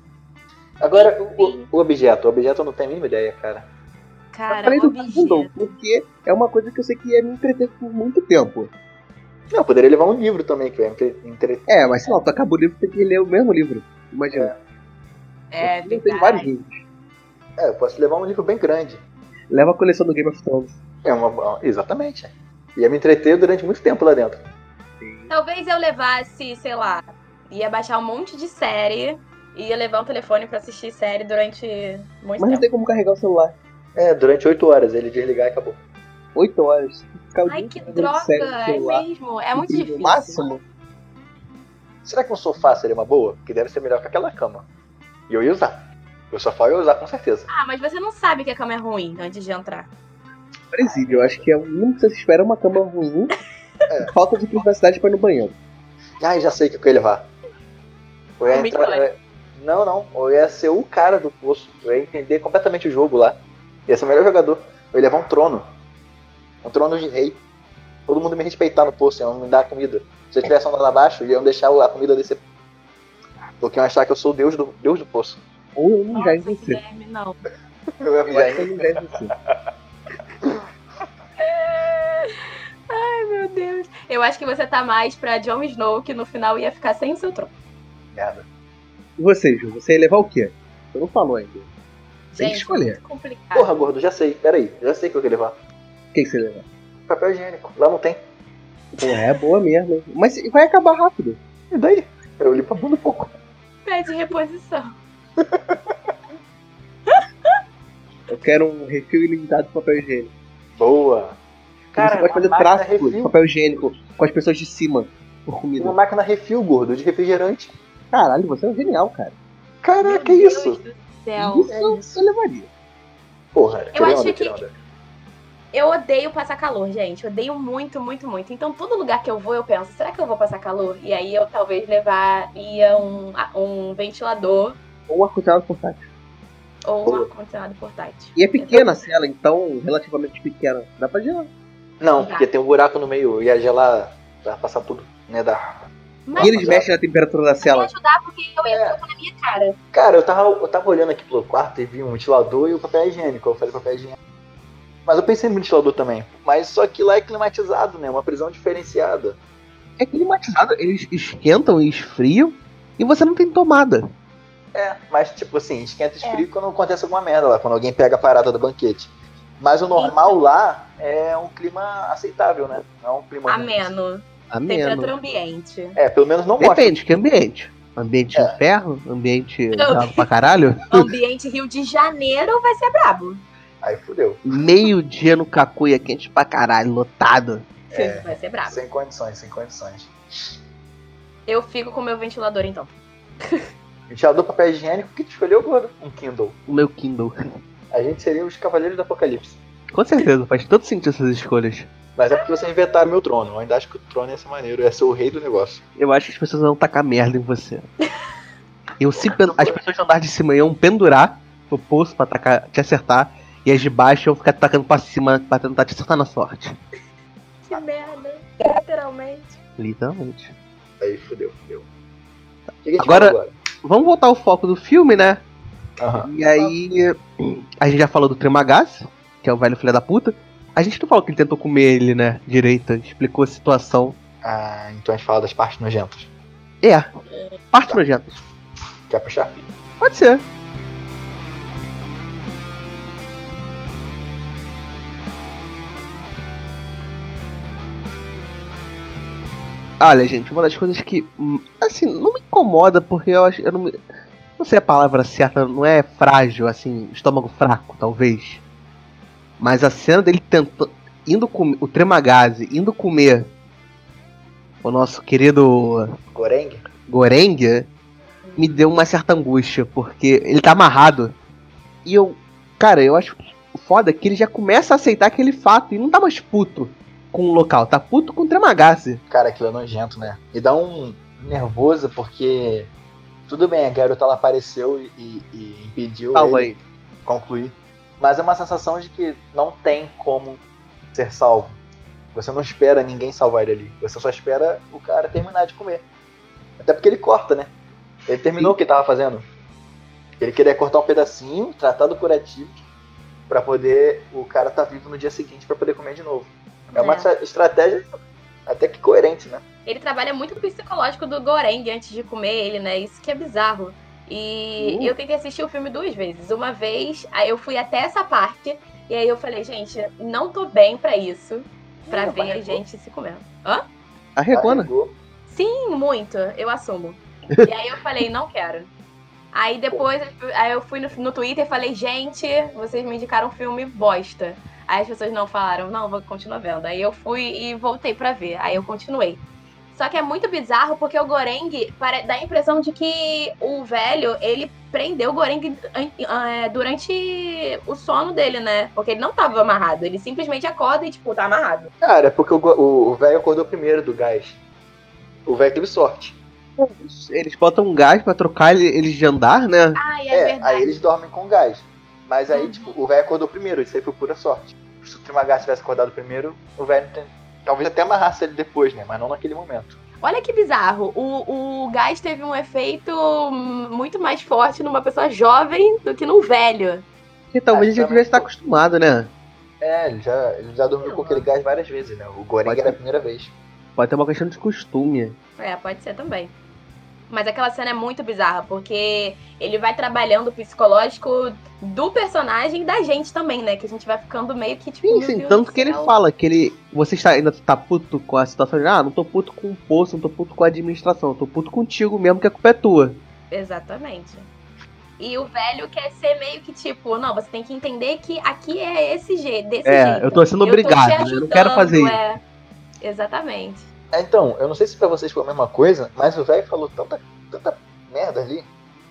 Agora, o- o, o objeto. O objeto eu não tenho a mínima ideia, cara.
Eu
Cara, é um
falei do Kindle, porque é uma coisa que eu sei que ia me entreter por muito tempo.
Não, eu poderia levar um livro também, que eu ia entre- entre-
É, mas sei lá, tu acabou o livro, tem que ler o mesmo livro. Imagina.
É,
Kindle tem vários
verdade.
livros.
É, eu posso levar um livro bem grande.
Leva a coleção do Game of Thrones.
É uma. Exatamente. Ia me entreter durante muito tempo lá dentro.
Talvez eu levasse, sei lá, ia baixar um monte de série e ia levar um telefone pra assistir série durante muito
Mas é não
tempo.
tem como carregar o celular.
É, durante oito horas, ele desligar e acabou.
8 horas. Ficar o
Ai,
dia
que
inteiro
droga,
sério no
é
celular.
mesmo. É muito
No
difícil.
máximo.
Será que um sofá seria uma boa? Que deve ser melhor que aquela cama. E eu ia usar. O sofá eu ia usar, com certeza.
Ah, mas você não sabe que a cama é ruim antes de entrar.
Presídio, eu acho que é o mínimo que você espera é uma cama ruim. é, Falta de privacidade pra ir no banheiro.
Ai, Ah, já sei o que eu ia levar. Eu ia
Comida
entrar-
leve.
Não, não. Eu ia ser o cara do poço. Eu ia entender completamente o jogo lá. Ia ser o melhor jogador. Eu ia levar um trono. Um trono de rei. Todo mundo me respeitar no poço, iam me dar comida. Se eu estivesse andando abaixo, iam deixar a comida descer. Porque iam achar que eu sou o deus do, deus do poço.
Ou eu não já em
Nossa,
você.
Guilherme, não.
Eu ia
Eu acho que eu
avisar
não já em você.
Ai, meu Deus. Eu acho que você tá mais pra Jon Snow, que no final ia ficar sem o seu trono.
merda.
E você, Ju? Você ia levar o quê? Você não falou ainda. Tem que
Gente,
escolher.
muito complicado.
Porra, gordo, já sei. Pera aí. Já sei o que eu ia levar.
O que, que você ia levar?
Papel higiênico. Lá não tem.
Pô, é boa mesmo. hein? Mas vai acabar rápido.
E daí? Eu limpo a bunda um pouco.
Pede reposição.
Eu quero um refil ilimitado de papel higiênico.
Boa. Cara,
você pode fazer
uma máquina
tráfico de
refil.
papel higiênico com as pessoas de cima por
Uma
comida.
máquina refil, gordo, de refrigerante.
Caralho, você é um genial, cara.
Caraca,
Meu
que
Deus né?
isso?
do céu.
isso, eu levaria.
Porra, tirei
acho
onda,
que-
tirei onda.
Eu odeio passar calor, gente. Odeio muito, muito, muito. Então, todo lugar que eu vou, eu penso, será que eu vou passar calor? E aí eu talvez levaria um, um ventilador
Ou um ar-condicionado portátil.
ou um
Boa.
ar-condicionado portátil.
E é pequena a cela, então, relativamente pequena. Dá pra gelar.
Não, porque tem um buraco no meio, eu ia gelar, ia passar tudo, né? Da...
Mas
e eles
mas-
mexem na temperatura da
vai me
cela.
ajudar porque eu ia
É.
é. na minha cara.
Cara, eu tava, eu tava olhando aqui pelo quarto e vi um ventilador e o papel higiênico. Eu falei papel higiênico. Mas eu pensei no ventilador também. Mas só que lá é climatizado, né? Uma prisão diferenciada.
É climatizado, eles esquentam e esfriam. E você não tem tomada.
É, mas tipo assim, esquenta
É.
e esfria quando acontece alguma merda lá, quando alguém pega a parada do banquete. Mas o normal
Então.
lá é um clima aceitável, né? Não é um clima. ruim.
Ameno. Temperatura
Ameno.
ambiente.
É, pelo menos não mostra.
Depende, que ambiente. Ambiente
É.
inferno? Ambiente bravo pra caralho?
ambiente Rio de Janeiro vai ser brabo.
Aí fudeu.
Meio-dia no Cacuia, quente pra caralho, lotado.
É.
Vai ser brabo.
Sem condições, sem condições.
Eu fico com o meu ventilador, então.
Já do papel higiênico, o que tu escolheu, gordo? Um Kindle.
O meu Kindle.
A gente seria os Cavaleiros do Apocalipse.
Com certeza, faz todo sentido essas escolhas.
Mas é porque vocês inventaram meu trono. Eu ainda acho que o trono ia ser maneiro, ia ser o rei do negócio.
Eu acho que as pessoas vão tacar merda em você. Eu se pen- As pessoas vão andar de cima e iam pendurar pro poço pra atacar, te acertar. E as de baixo iam ficar te tacando pra cima pra tentar te acertar na sorte.
Que merda. Literalmente.
Literalmente.
Aí fudeu, fudeu. O que a gente
Agora-
fala
Vamos voltar ao foco do filme, né?
Aham.
E aí. A gente já falou do Tremagás, que é o velho filho da puta. A gente não falou que ele tentou comer ele, né? Direito. Explicou a situação.
Ah, então a gente fala das partes nojentas.
É. Parte nojenta.
Quer puxar?
Pode ser. Olha, gente, uma das coisas que, hum, assim, não me incomoda, porque eu acho. Eu não, me- não sei a palavra certa, não é frágil, assim, estômago fraco, talvez. Mas a cena dele tentando. indo comer. o Tremagaze indo comer. o nosso querido.
Goreng?
Goreng me deu uma certa angústia, porque ele tá amarrado. E eu, cara, eu acho foda que ele já começa a aceitar aquele fato e não tá mais puto com o local, tá puto com o Tremagasse.
Cara, aquilo é nojento, né? Me dá um nervoso porque. Tudo bem, a garota ela apareceu e, e- e impediu
Calma
ele
aí.
concluir. Mas é uma sensação de que não tem como ser salvo. Você não espera ninguém salvar ele ali. Você só espera o cara terminar de comer. Até porque ele corta, né? Ele terminou o que tava fazendo. Ele queria cortar um pedacinho, tratar do curativo, pra poder. O cara tá vivo no dia seguinte pra poder comer de novo. É uma
É.
estra- estratégia até que coerente, né?
Ele trabalha muito o psicológico do Goreng antes de comer ele, né? Isso que é bizarro. E
Uh.
eu tentei assistir o filme duas vezes. Uma vez, aí eu fui até essa parte, e aí eu falei, gente, não tô bem pra isso. Pra
Ih,
ver a
barrigou.
gente se comendo.
A Tá Recona?
Arregou.
Sim, muito, eu assumo. E aí eu falei, não quero. Aí depois aí eu fui no, no Twitter e falei, gente, vocês me indicaram um filme bosta. Aí as pessoas não falaram, não, vou continuar vendo. Aí eu fui e voltei pra ver. Aí eu continuei. Só que é muito bizarro porque o Goreng pare- dá a impressão de que o velho, ele prendeu o Goreng an- eh, durante o sono dele, né? Porque ele não tava amarrado. Ele simplesmente acorda e, tipo, tá amarrado.
Cara, é porque o go- o o velho acordou primeiro do gás. O velho teve sorte.
Eles botam um gás pra trocar ele- eles de andar, né?
Ai, é,
É,
verdade.
aí eles dormem com gás. Mas aí,
Uhum.
tipo, o velho acordou primeiro, isso aí foi pura sorte. Se o Trimagás tivesse acordado primeiro, o velho tem- talvez até amarrasse ele depois, né? Mas não naquele momento.
Olha que bizarro. O, o gás teve um efeito hum, muito mais forte numa pessoa jovem do que num velho.
Porque talvez
Ah,
ele já
também.
devia estar acostumado, né?
É, ele já, ele já dormiu com aquele gás várias vezes, né? O Goreng
Pode
era a
ser.
primeira vez.
Pode ter uma questão de costume.
É, pode ser também. Mas aquela cena é muito bizarra, porque ele vai trabalhando o psicológico do personagem e da gente também, né? Que a gente vai ficando meio que tipo.
Sim,
meu
sim,
Deus
tanto
do
que ele
céu.
fala que ele. Você está, ainda tá puto com a situação de, ah, não tô puto com o poço, não tô puto com a administração, eu tô puto contigo mesmo que a culpa é tua.
Exatamente. E o velho quer ser meio que tipo, não, você tem que entender que aqui é esse jeito, desse
É,
jeito.
eu tô sendo
te
obrigado, né? Eu não quero fazer
ajudando, é. Exatamente.
É, Então, eu não sei se pra vocês foi a mesma coisa, mas o velho falou tanta, tanta merda ali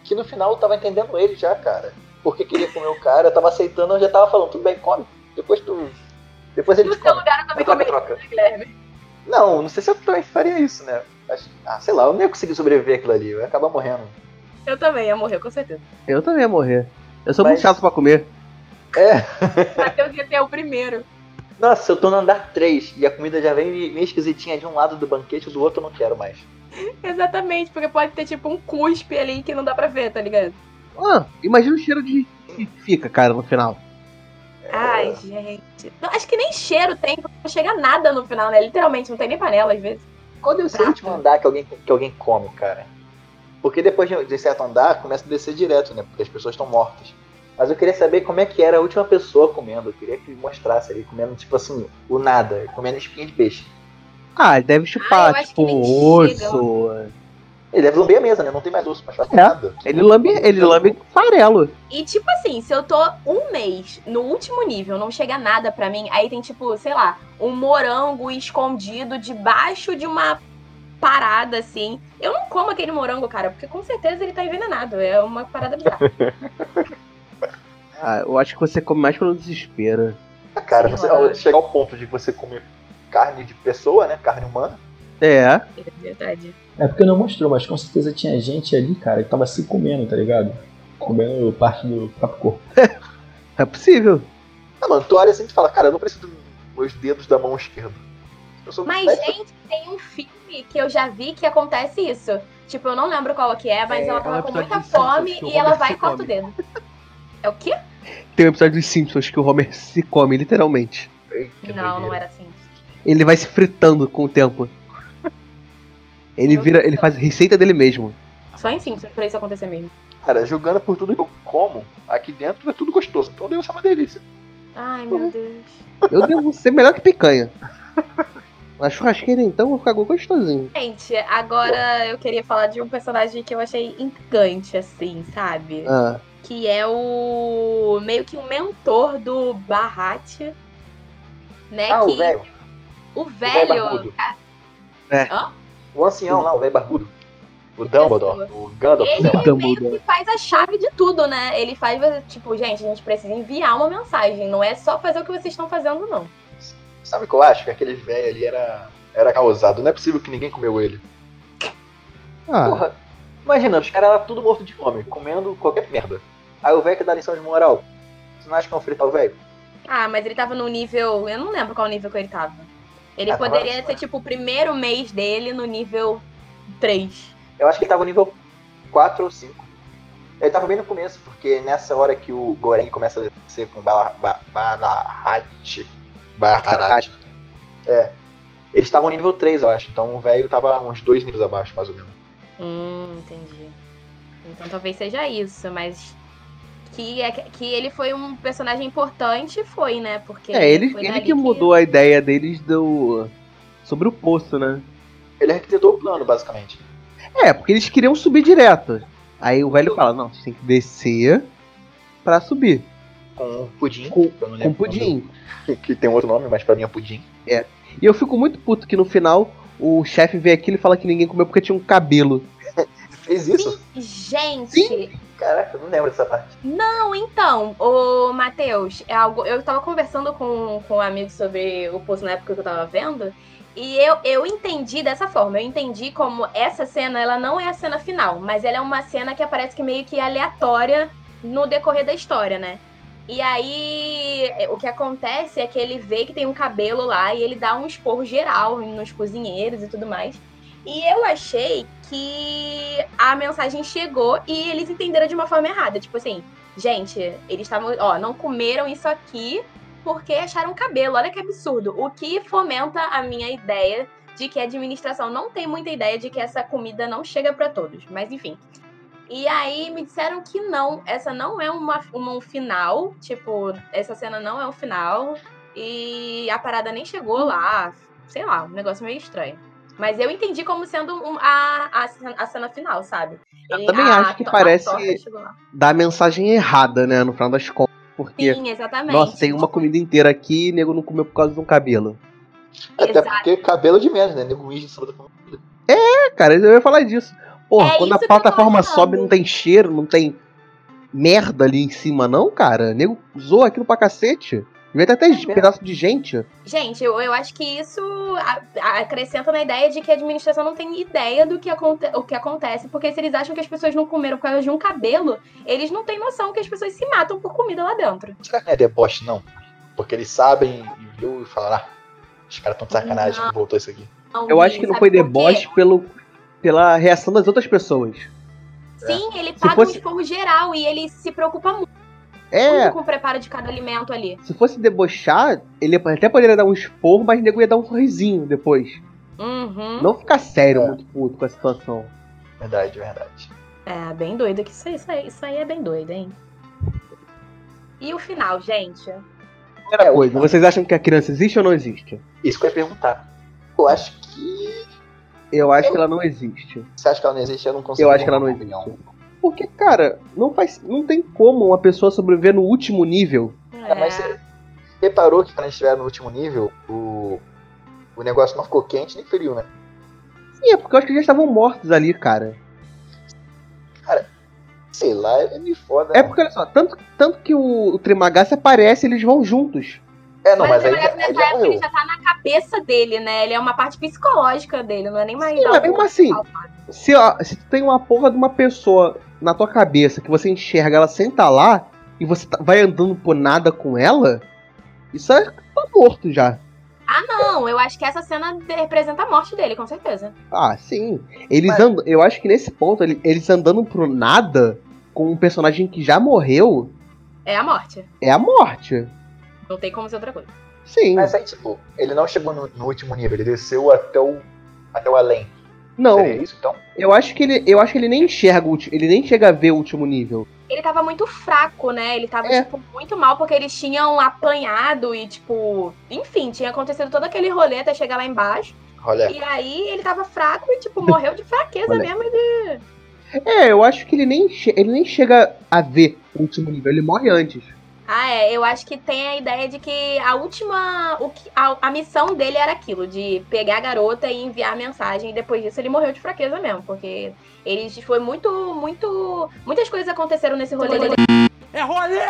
que no final eu tava entendendo ele já, cara. Porque queria comer o cara, eu tava aceitando, eu já tava falando, tudo bem, come. Depois tu. Depois ele
No
te
seu
come.
lugar eu
É
também comeria,
troca-troca.
Guilherme.
Não, não sei se eu também faria isso, né? Acho- ah, sei lá, eu não ia conseguir sobreviver aquilo ali, eu ia acabar morrendo.
Eu também ia morrer, com certeza.
Eu também ia morrer. Eu sou
Mas-
muito chato pra comer.
É,
Matheus ia ser o primeiro.
nossa, eu tô no andar 3 e a comida já vem meio esquisitinha de um lado do banquete, do outro eu não quero mais.
Exatamente, porque pode ter tipo um cuspe ali que não dá pra ver, tá ligado?
Ah, imagina o cheiro de que fica, cara, no final.
Ai, gente. Não, acho que nem cheiro tem, porque não chega nada no final, né? Literalmente, não tem nem panela às vezes.
Qual deve ser o último andar que alguém, que alguém come, cara? Porque depois de de certo andar, começa a descer direto, né? Porque as pessoas estão mortas. Mas eu queria saber como é que era a última pessoa comendo. Eu queria que mostrasse ali, comendo, tipo assim, o nada, comendo espinha de peixe.
Ah, ele deve
Ah, eu
chupar,
acho que
tipo,
nem
osso.
chega.
Ele deve lamber a mesa, né? Não tem mais doce pra fazer
É.
nada.
Ele lambe, ele lambe farelo.
E tipo assim, se eu tô um mês no último nível, não chega nada pra mim, aí tem tipo, sei lá, um morango escondido debaixo de uma parada assim. Eu não como aquele morango, cara, porque com certeza ele tá envenenado. É uma parada bizarra.
Ah, eu acho que você come mais pelo desespero.
Ah, Cara,
Sei
você,
lá.
ao chegar ao ponto de você comer carne de pessoa, né? Carne humana.
É.
É verdade.
É porque não mostrou, mas com certeza tinha gente ali, cara, que tava se comendo, tá ligado? Comendo parte do próprio corpo.
É possível.
Ah, mano, tu olha assim e tu fala, cara, eu não preciso dos meus dedos da mão esquerda. Eu sou
Mas,
destro.
gente, tem um filme que eu já vi que acontece isso. Tipo, eu não lembro qual que é, mas
É,
ela
é um
tava com
episódio
muita
de Simpsons
fome
que o
e ela
Homer
vai
se
e corta o
come.
dedo. É o quê?
Tem um episódio dos Simpsons que o Homer se come, literalmente.
Que
não, não
doideira.
era assim.
Ele vai se fritando com o tempo. Ele
Meu
vira.
Deus.
Ele faz receita dele mesmo.
Só em Simpsons pra isso acontecer mesmo.
Cara, julgando por tudo que eu como, aqui dentro é tudo gostoso. Então deve ser uma delícia.
Ai, meu Deus.
Eu devo ser melhor que picanha. Na churrasqueira então eu fico gostosinho.
Gente, agora eu queria falar de um personagem que eu achei intrigante, assim, sabe?
Ah,
Que é o. meio que o mentor do Barrat. Né?
Ah,
que
o velho.
o
velho
velho.
barbudo.
cara,
O ancião lá, o velho barbudo. O Dumbledore, o Gandalf, sei lá.
ele
Então,
meio que
mudou.
faz a chave de tudo, né? Ele faz, tipo, gente, a gente precisa enviar uma mensagem. Não é só fazer o que vocês estão fazendo, não.
Sabe o que eu acho? Que aquele velho ali era, era causado. Não é possível que ninguém comeu ele.
ah
Porra, imagina, os caras eram tudo morto de fome, comendo qualquer merda. Aí o velho que dá lição de moral. Você não acha que é um fritar o velho?
Ah, mas ele tava no nível. Eu não lembro qual nível que ele tava. Ele
Ah, tava-
poderia ser, tipo, o primeiro mês dele no nível 3.
Eu acho que ele tava no nível 4 ou 5. Ele tava bem no começo, porque nessa hora que o Goreng começa a descer com Bala- Ba- Balahat. Balahat. É. Eles estavam no nível 3, eu acho. Então o velho tava uns dois níveis abaixo, mais ou menos.
Hum, entendi. Então talvez seja isso, mas que, é, que ele foi um personagem importante, foi, né? Porque
é, ele,
foi
ele
dali
que mudou a ideia deles do. Sobre o poço, né?
Ele arquitetou o plano, basicamente.
É, porque eles queriam subir direto. Aí o velho fala, não, vocês têm que descer pra subir.
Com o pudim.
Com-
que eu não lembro
Com
o nome
pudim.
do- Que tem outro nome, mas pra mim é pudim.
E eu fico muito puto que no final o chefe vê aquilo e fala que ninguém comeu porque tinha um cabelo.
Fez isso?
Gente,
Caraca, eu não lembro dessa parte.
não, então, o Matheus, é algo, eu tava conversando com, com um amigo sobre o poço na época que eu tava vendo, e eu, eu entendi dessa forma. Eu entendi como essa cena, ela não é a cena final, mas ela é uma cena que aparece que meio que é aleatória no decorrer da história, né? E aí, é, o que acontece é que ele vê que tem um cabelo lá e ele dá um esporro geral nos cozinheiros e tudo mais. E eu achei que a mensagem chegou e eles entenderam de uma forma errada. Tipo assim, gente, eles estavam, ó, não comeram isso aqui porque acharam cabelo. Olha que absurdo. O que fomenta a minha ideia de que a administração não tem muita ideia de que essa comida não chega para todos. Mas enfim. E aí me disseram que não, essa não é uma, uma- um final, tipo, essa cena não é um final e a parada nem chegou lá, sei lá, um negócio meio estranho. Mas eu entendi como sendo um- a, a, cena- a cena final, sabe? ah,
Eu também acho que
to-
parece-
torta chegou lá.
Dá a mensagem errada, né? No final das contas. Porque,
Sim, exatamente.
nossa, tem uma comida inteira aqui e nego não comeu por causa de um cabelo.
Até
Exato.
porque cabelo de menos, né? Nego Wins em cima da comida.
É, cara, eu ia falar disso. Porra,
É
quando a
isso que eu tô
plataforma
falando.
sobe não tem cheiro, não tem merda ali em cima, não, cara. Nego zoa aquilo pra cacete. Devia ter
É
até
mesmo.
pedaço de gente.
Gente, eu, eu acho que isso a- a- acrescenta na ideia de que a administração não tem ideia do que, aconte- o que acontece, porque se eles acham que as pessoas não comeram por causa de um cabelo, eles não têm noção que as pessoas se matam por comida lá dentro.
Os caras não é deboche, não. Porque eles sabem e viu e falaram, ah, os caras tão de sacanagem que voltou isso aqui.
Não,
Eu acho
e
que não
Então, sabe
foi
por quê?
deboche pelo, pela reação das outras pessoas.
Sim, ele
né? Se
paga um
fosse-
esporro geral e ele se preocupa muito
É,
com o preparo de cada alimento ali.
se fosse debochar, ele até poderia dar um esporro, mas o nego ia dar um sorrisinho depois.
Uhum.
Não ficar sério,
É.
muito puto com a situação.
Verdade, verdade.
É, bem doido que isso aí, isso aí, isso aí é bem doido, hein? E o final, gente?
Primeira
É,
coisa,
o-
vocês acham que a criança existe ou não existe?
Isso que eu ia perguntar. Eu acho que
Eu acho que ela não existe.
Você acha que ela não existe? Eu não consigo.
Eu acho que ela não
formar uma opinião.
Porque, cara, não faz. Não tem como uma pessoa sobreviver no último nível.
É, mas você reparou que quando a gente estiver no último nível, o, o negócio não ficou quente nem frio, né?
Sim, é porque eu acho que eles já estavam mortos ali, cara.
Sei lá, é meio foda. né?
É porque, olha só, tanto, tanto que o, o Trimagasse aparece, eles vão juntos.
É, um. não, mas, aí,
ele
já- aí
nessa
já
época ele
morreu.
já tá na cabeça dele, né? Ele é uma parte psicológica dele, não é nem mais.
Sim, mas
algo-
mesmo assim, se, ó, se tu tem uma porra de uma pessoa na tua cabeça que você enxerga, ela senta lá e você tá- vai andando por nada com ela, isso é tá morto já.
Ah, não, eu acho que essa cena de- representa a morte dele, com certeza.
Ah, sim. Eles
Mas-
andam. Eu acho que nesse ponto, ele- eles andando pro nada com um personagem que já morreu
É a morte.
é a morte.
Não tem como ser outra coisa.
Sim.
Mas aí, tipo, ele não chegou no, no último nível, ele desceu até o, até o além.
Não,
Seria isso, então?
eu acho que ele, eu acho que ele nem enxerga o último, ele nem chega a ver o último nível.
Ele tava muito fraco, né? Ele tava,
É.
tipo, muito mal porque eles tinham apanhado e, tipo, enfim, tinha acontecido todo aquele rolê até chegar lá embaixo.
Olha,
E aí ele tava fraco e, tipo, morreu de fraqueza
Olha.
mesmo. E de...
É, eu acho que ele nem, che- ele nem chega a ver o último nível, ele morre antes.
Ah, é. Eu acho que tem a ideia de que a última. O que, a, a missão dele era aquilo, de pegar a garota e enviar a mensagem. E depois disso ele morreu de fraqueza mesmo. Porque eles foi muito, muito. Muitas coisas aconteceram nesse rolê dele
É rolê!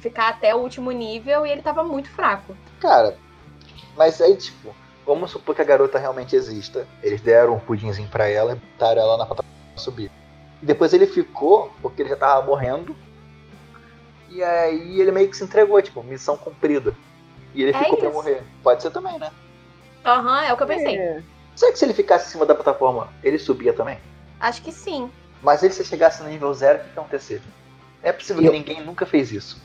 ficar até o último nível e ele tava muito fraco.
cara, mas aí, tipo, vamos supor que a garota realmente exista. Eles deram um pudinzinho pra ela e botaram ela na plataforma pra subir. E depois ele ficou, porque ele já tava morrendo. E aí ele meio que se entregou, tipo, missão cumprida. E ele
É
ficou pra
isso.
morrer. Pode ser também, né?
Aham, é o que eu pensei.
É.
Será que se ele ficasse em cima da plataforma, ele subia também?
Acho que sim.
Mas ele se chegasse no nível zero, o que que ia acontecer? É possível que
Eu-
ninguém nunca fez isso.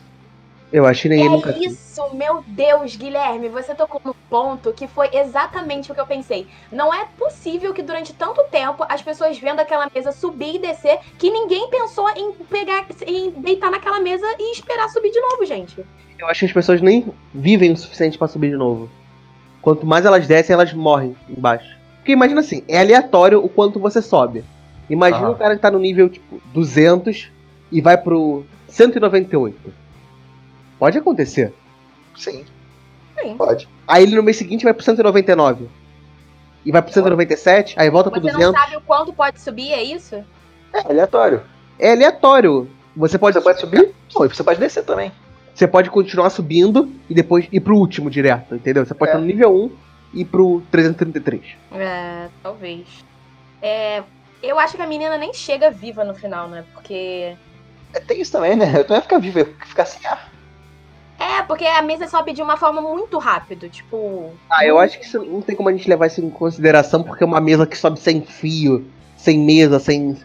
Eu acho que ninguém
é
nunca.
isso, meu Deus, Guilherme, você tocou no ponto que foi exatamente o que eu pensei. Não é possível que durante tanto tempo as pessoas vendo aquela mesa subir e descer, que ninguém pensou em pegar, em deitar naquela mesa e esperar subir de novo, gente.
Eu acho que as pessoas nem vivem o suficiente pra subir de novo. Quanto mais elas descem, elas morrem embaixo. Porque imagina assim, é aleatório o quanto você sobe. Imagina
Aham.
o cara que tá no nível tipo 200 e vai pro 198. Pode acontecer.
Sim,
Sim.
pode.
Aí ele no mês seguinte vai pro 199. E vai pro 197, aí volta pro
Você não
200.
sabe o quanto pode subir, é isso?
É aleatório.
É aleatório. Você pode,
Você pode subir? Não, e você pode descer também.
você pode continuar subindo e depois ir pro último direto, entendeu? Você pode
É.
estar no nível 1 e ir pro 333.
É, talvez. É, eu acho que a menina nem chega viva no final, né? Porque
É, tem isso também, né? Eu não ia ficar vivo, eu ia ficar assim, ah. sem ar.
É, porque a mesa sobe de uma forma muito rápido, tipo.
Ah, eu acho que isso não tem como a gente levar isso em consideração, porque uma mesa que sobe sem fio, sem mesa, sem,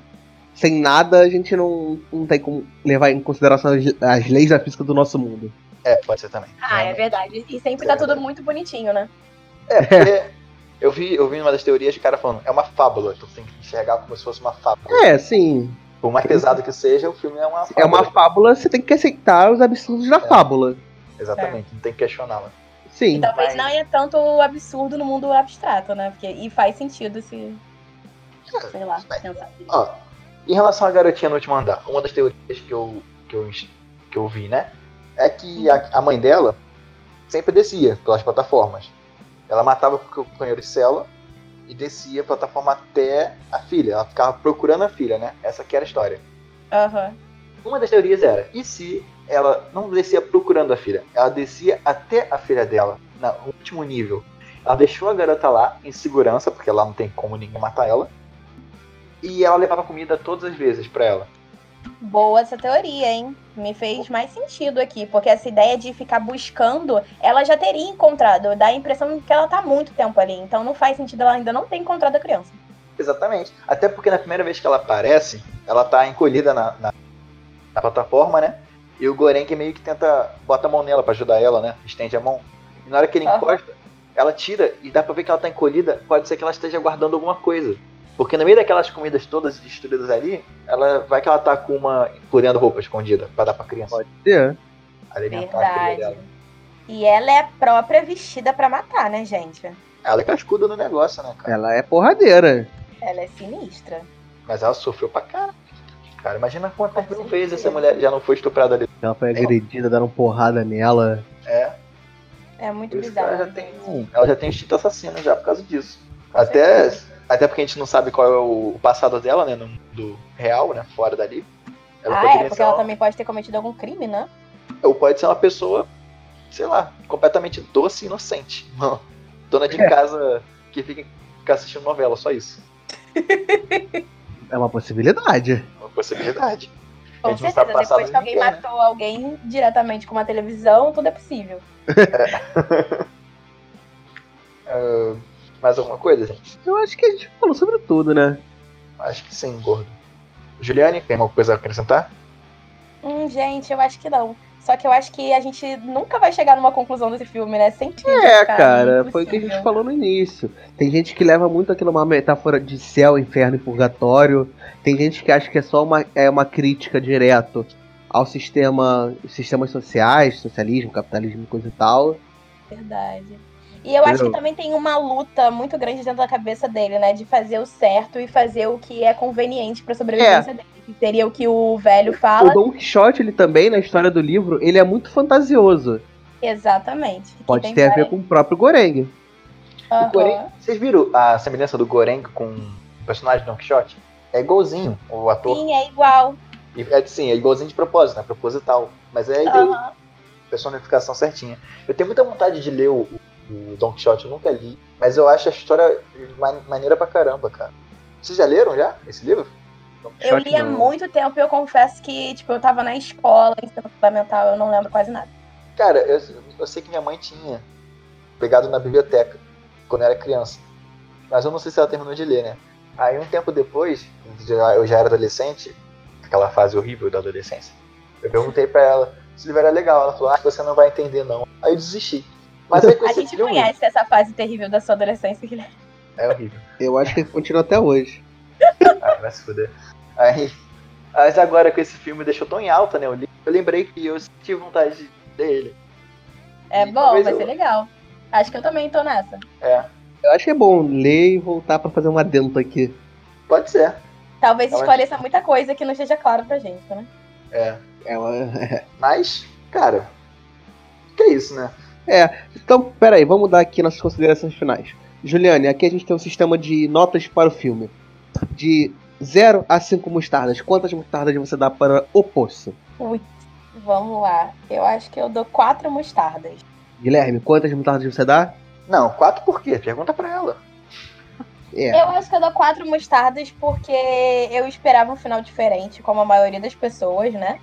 sem nada, a gente não, não tem como levar em consideração as, as leis da física do nosso mundo.
É, pode ser também.
Ah, é verdade. E sempre tá tudo muito bonitinho, né?
É, porque eu vi, eu vi numa das teorias de cara falando, é uma fábula, então tem que enxergar como se fosse uma fábula.
É, sim.
Por mais pesado que seja, o filme é uma fábula.
É uma fábula, É. você tem que aceitar os absurdos da fábula.
Exatamente, não tem que questionar, né?
E
Sim.
talvez
Mas-
não é tanto absurdo no mundo abstrato, né? Porque, e faz sentido se. Ah, Sei lá,
mas-
pensar. assim.
Ó, em relação à garotinha no último andar, uma das teorias que eu, que eu, ins- que eu vi, né? É que a, a mãe dela sempre descia pelas plataformas. Ela matava o companheiro de cela e descia a plataforma até a filha. Ela ficava procurando a filha, né? Essa que era a história.
Aham.
Uma das teorias era, e se ela não descia procurando a filha? Ela descia até a filha dela, na- no último nível. Ela deixou a garota lá, em segurança, porque lá não tem como ninguém matar ela. E ela levava comida todas as vezes pra ela.
Boa essa teoria, hein? Me fez mais sentido aqui, porque essa ideia de ficar buscando, ela já teria encontrado. Dá a impressão que ela tá há muito tempo ali. Então não faz sentido ela ainda não ter encontrado a criança.
Exatamente. Até porque na primeira vez que ela aparece, ela tá encolhida na, na, na plataforma, né? E o Gorenk meio que tenta. bota a mão nela pra ajudar ela, né? Estende a mão. E na hora que ele
Aham.
encosta, ela tira e dá pra ver que ela tá encolhida. Pode ser que ela esteja guardando alguma coisa. Porque no meio daquelas comidas todas destruídas ali, ela vai que ela tá com uma. encolhendo roupa escondida pra dar pra criança.
Pode ser.
alimentar a cria
Verdade.
dela.
E ela é a própria vestida pra matar, né, gente?
Ela é cascuda no negócio, né, cara?
Ela é porradeira.
Ela é sinistra.
Mas ela sofreu pra cara. Cara, imagina quantas mil vezes essa mulher já não foi estuprada ali.
Ela foi agredida, deram porrada nela.
É.
É muito
Por isso que
bizarro.
ela já tem um. Ela já tem instinto assassino já por causa disso. Até, até porque a gente não sabe qual é o passado dela, né? No mundo real, né? Fora dali. Ela
Ah,
poderia
é, porque
ser
ela
uma-
também pode ter cometido algum crime, né?
Ou pode ser uma pessoa, sei lá, completamente doce e inocente. Uma Dona de
É.
casa que fica, fica assistindo novela, só isso.
É uma possibilidade.
Uma é possibilidade. A
Com
gente não
certeza,
sabe passar
depois que
de
alguém
ninguém, né?
matou alguém diretamente com uma televisão, tudo é possível.
Mais alguma coisa, gente?
Eu acho que a gente falou sobre tudo, né?
Acho que sim, gordo. Juliane, tem alguma coisa a acrescentar?
Hum, gente, eu acho que não. Só que eu acho que a gente nunca vai chegar numa conclusão desse filme, né? Sem trilha,
É, cara, foi o que a
impossível.
gente falou no início. Tem gente que leva muito aquilo uma metáfora de céu, inferno e purgatório. Tem gente que acha que é só uma, é uma crítica direto ao sistema, sistemas sociais, socialismo, capitalismo, e coisa e tal.
é Verdade. E eu acho que
Entendeu?
também tem uma luta muito grande dentro da cabeça dele, né? De fazer o certo e fazer o que é conveniente pra sobrevivência dele. Que seria o que o velho
É. O
fala.
Don Quixote, ele também, na história do livro, ele é muito fantasioso.
Exatamente. Que
Pode
tem
ter a ver
várias-
com o próprio Goreng.
Aham.
O Goreng- Vocês viram a semelhança do Goreng com o personagem do Don Quixote? É igualzinho o ator.
Sim, é igual.
E é, sim, é igualzinho de propósito, né? Proposital. Mas é ideia,
Aham.
personificação certinha. Eu tenho muita vontade de ler o, o Don Quixote, eu nunca li, mas eu acho a história ma- maneira pra caramba, cara. Vocês já leram já esse livro? Don
Eu
Quixote
li há
do-
muito tempo e eu confesso que, tipo, eu tava na escola, em ensino fundamental, eu não lembro quase nada.
Cara, eu, eu sei que minha mãe tinha pegado na biblioteca quando eu era criança, mas eu não sei se ela terminou de ler, né? Aí um tempo depois, já- eu já era adolescente, aquela fase horrível da adolescência, eu perguntei pra ela se o livro era legal. Ela falou, ah, você não vai entender não. Aí eu desisti. Mas aí com
A
esse
gente
filme-
conhece essa fase terrível da sua adolescência, Guilherme.
É horrível.
Eu acho que ele continua até hoje.
Ah, vai se fuder. Aí, mas agora com esse filme deixou tão em alta, né? Eu, li- eu lembrei que eu senti vontade de ler ele.
É
E
bom,
talvez
vai
eu-
ser legal. Acho que eu também tô nessa.
É,
Eu acho que é bom ler e voltar pra fazer um adendo aqui.
pode ser.
Talvez
Eu acho-
esclareça muita coisa que não esteja claro pra gente, né?
É.
É uma-
Mas, cara, que é isso, né?
Então, peraí, vamos dar aqui nossas considerações finais. Juliane, aqui a gente tem um sistema de notas para o filme. De 0 a 5 mostardas. Quantas mostardas você dá para o poço?
Putz, vamos lá. Eu acho que eu dou quatro mostardas.
Guilherme, quantas mostardas você dá?
Não, quatro por quê? Pergunta pra ela.
É.
Eu acho que eu dou quatro mostardas porque eu esperava um final diferente, como a maioria das pessoas, né?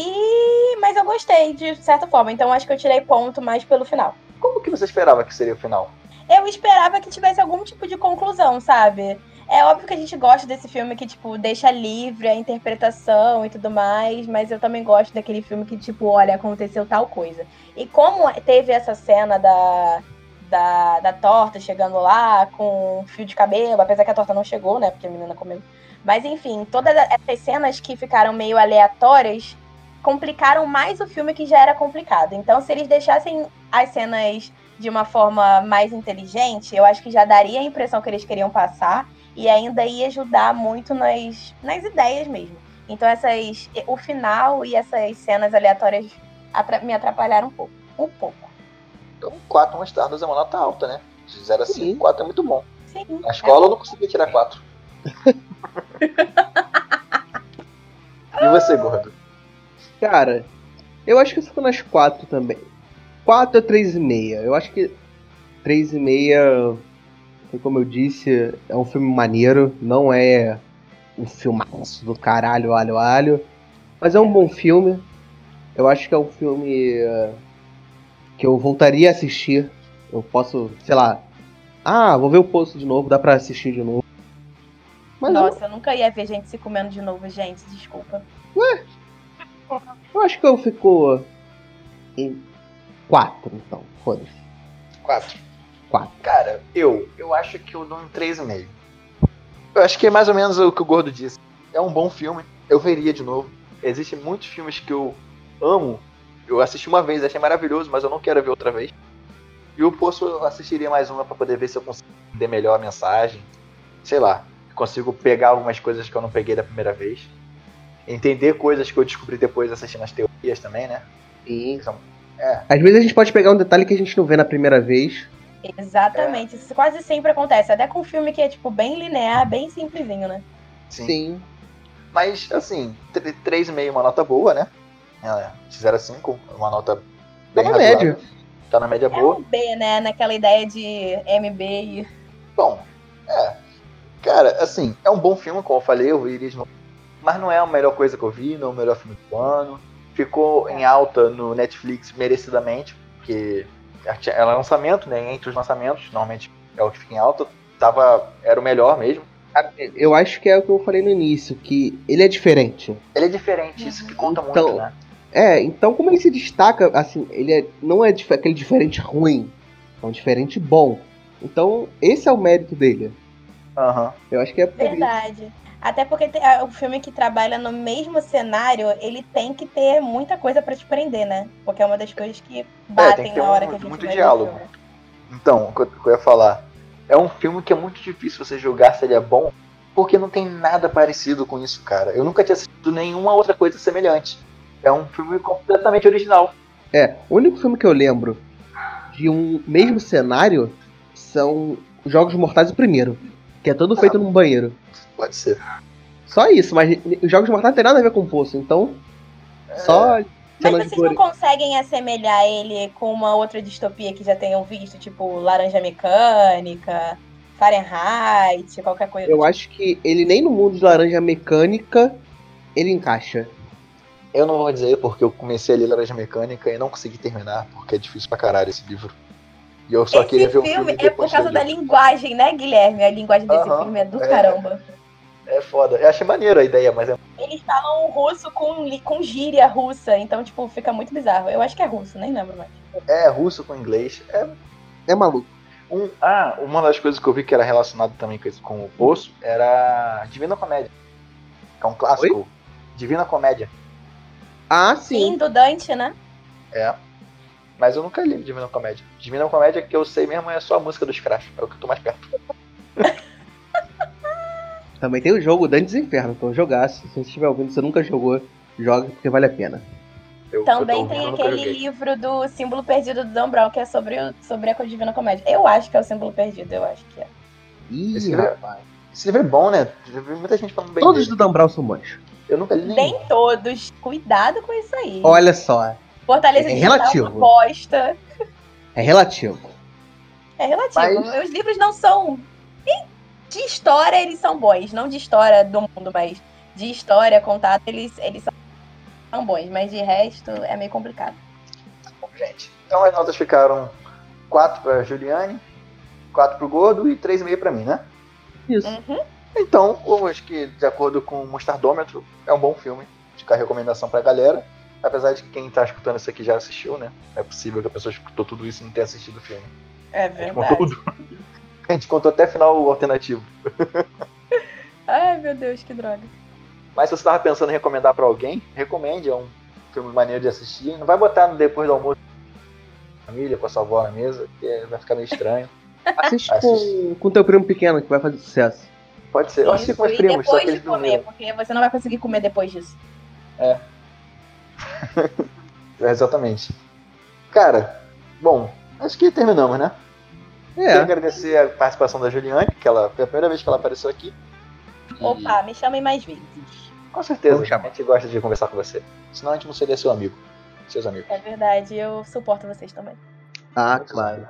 E mas eu gostei de certa forma, então acho que eu tirei ponto mais pelo final.
Como que você esperava que seria o final?
Eu esperava que tivesse algum tipo de conclusão, sabe? É óbvio que a gente gosta desse filme que, tipo, deixa livre a interpretação e tudo mais, mas eu também gosto daquele filme que, tipo, olha, aconteceu tal coisa. E como teve essa cena da, da, da torta chegando lá com um fio de cabelo, apesar que a torta não chegou, né? Porque a menina comeu. Mas enfim, todas essas cenas que ficaram meio aleatórias complicaram mais o filme que já era complicado. Então, se eles deixassem as cenas de uma forma mais inteligente, eu acho que já daria a impressão que eles queriam passar e ainda ia ajudar muito nas, nas ideias mesmo. Então essas o final e essas cenas aleatórias atra- me atrapalharam um pouco. Um pouco.
Então, quatro mostardas é uma nota alta, né? De 0 a 5,
Sim.
4 é muito bom.
Sim. é.
Na escola eu não conseguia tirar quatro. e você, gordo?
Cara, eu acho que eu fico nas 4 também. 4 ou 3,5. Eu acho que 3,5, foi como eu disse, é um filme maneiro. Não é um filmaço do caralho, alho, alho. Mas é um bom filme. Eu acho que é um filme eh, que eu voltaria a assistir. Eu posso, sei lá. Ah, vou ver o posto de novo, dá pra assistir de novo. Mas é um eu-
Nossa, eu nunca ia ver gente se comendo de novo, gente. Desculpa.
eu acho que eu fico em 4, então. Foda-se.
Quatro.
Quatro.
Cara, eu, eu acho que eu dou um 3,5. Eu acho que é mais ou menos o que o Gordo disse. É um bom filme, eu veria de novo. Existem muitos filmes que eu amo. Eu assisti uma vez, achei maravilhoso, mas eu não quero ver outra vez. E o Poço eu assistiria mais uma pra poder ver se eu consigo entender melhor a mensagem. Sei lá. Consigo pegar algumas coisas que eu não peguei da primeira vez. Entender coisas que eu descobri depois assistindo as teorias também, né?
E
Então, é.
às vezes a gente pode pegar um detalhe que a gente não vê na primeira vez.
Exatamente,
É.
isso quase sempre acontece. Até com filme que é, tipo, bem linear, bem simplesinho, né?
Sim. Mas, assim, tre- 3,5 é uma nota boa, né? É, de 0 a 5, uma nota
Tá
bem
na
razoável.
média.
Tá na média
É
boa.
um B, né? Naquela ideia de MB e.
Bom, é. Cara, assim, é um bom filme, como eu falei, eu iria de novo. Mas não é a melhor coisa que eu vi, não é o melhor filme do ano. Ficou em alta no Netflix merecidamente, porque é lançamento, né? Entre os lançamentos, normalmente é o que fica em alta. Tava, era o melhor mesmo.
Eu acho que é o que eu falei no início, que ele é diferente.
Ele é diferente, isso que conta muito,
Então,
né?
É, então como ele se destaca, assim, ele é- não é dif- aquele diferente ruim, é um diferente bom. Então, esse é o mérito dele.
Aham.
Eu acho que é por isso.
Verdade. Até porque te- ah, o filme que trabalha no mesmo cenário, ele tem que ter muita coisa pra te prender, né? Porque é uma das coisas que batem
que ter
na hora
um-
que a gente
muito
vai ver o
diálogo.
filme.
Então, o que eu- o que eu ia falar. É um filme que é muito difícil você julgar se ele é bom, porque não tem nada parecido com isso, cara. Eu nunca tinha assistido nenhuma outra coisa semelhante. É um filme completamente original.
É, o único filme que eu lembro de um mesmo cenário são Jogos Mortais o primeiro, que é todo feito num banheiro.
Pode ser.
Só isso, mas os Jogos Mortais não tem nada a ver com o poço, então
É.
só
Mas
cenas de
vocês não
gore.
conseguem assemelhar ele com uma outra distopia que já tenham visto, tipo Laranja Mecânica, Fahrenheit, qualquer coisa. tipo?
Eu acho que ele nem no mundo de laranja mecânica ele encaixa.
Eu não vou dizer porque eu comecei a ler Laranja Mecânica e não consegui terminar, porque é difícil pra caralho esse livro. E eu só
Esse
queria ver o
filme,
filme
é
depois
por causa
do
da
livro.
linguagem, né, Guilherme? A linguagem desse
Aham,
filme é do
é.
caramba.
É foda. Eu achei maneiro a ideia, mas é
Eles falam russo com, li- com gíria russa, então, tipo, fica muito bizarro. Eu acho que é russo, nem lembro mais.
é russo com inglês. É
É maluco.
Um- ah, uma das coisas que eu vi que era relacionado também com, esse- com o Poço era Divina Comédia. Que é um clássico. Divina Comédia.
Ah, sim.
Sim, do Dante, né?
Mas eu nunca li Divina Comédia. Divina Comédia que eu sei mesmo é só a música dos Crash. É o que eu tô mais perto.
Também tem o jogo Dantes Inferno, que eu jogasse. Se você estiver ouvindo, você nunca jogou, joga porque vale a pena.
Eu,
Também
eu tô-
tem
eu nunca
aquele
joguei.
livro do Símbolo Perdido do Dan Brown, que é sobre, o- sobre a Divina Comédia. Eu acho que é o Símbolo Perdido, eu acho que é.
Ih,
Esse livro, é,
rapaz.
esse livro é bom, né? Eu vi muita gente falando bem
Todos do
dele.
Dan Brown são bons.
Eu nunca li nenhum.
Nem todos. Cuidado com isso aí.
Olha só,
Fortaleza
é
Digital é
relativo.
uma bosta.
é relativo.
É relativo.
Mas-
Os livros não são. Ih, De história, eles são bons. Não de história do mundo, mas de história, contato, eles, eles são bons. Mas de resto, é meio complicado.
Bom, gente. Então as notas ficaram 4 pra Juliane, 4 pro Gordo e 3,5 pra mim, né?
Isso.
Uhum.
Então, eu acho que, de acordo com o Mostardômetro, é um bom filme. Fica a recomendação pra galera. Apesar de que quem tá escutando isso aqui já assistiu, né? Não é possível que a pessoa escutou tudo isso e não tenha assistido o filme.
É
A gente
verdade.
contou tudo. A gente contou até final alternativo.
Ai, meu Deus, que droga.
Mas se você tava pensando em recomendar pra alguém, recomende. É um filme maneiro de assistir. Não vai botar no depois do almoço com a família, com a sua avó na mesa, que vai ficar meio estranho.
Assiste
Assiste.
com, com teu primo pequeno que vai fazer sucesso.
Pode ser. Eu assisti com meus
e
primos, só
depois
que
de
eles
comer,
dormiram.
porque você não vai conseguir comer depois disso.
É, exatamente. Cara, bom, acho que terminamos, né? Quero
É,
agradecer a participação da Juliane, que ela foi a primeira vez que ela apareceu aqui. E,
Opa, me chamem mais vezes.
Com certeza,
Vamos
a
chamar.
gente gosta de conversar com você. Senão a gente não seria seu amigo. Seus amigos.
É verdade, eu suporto vocês também.
ah, claro.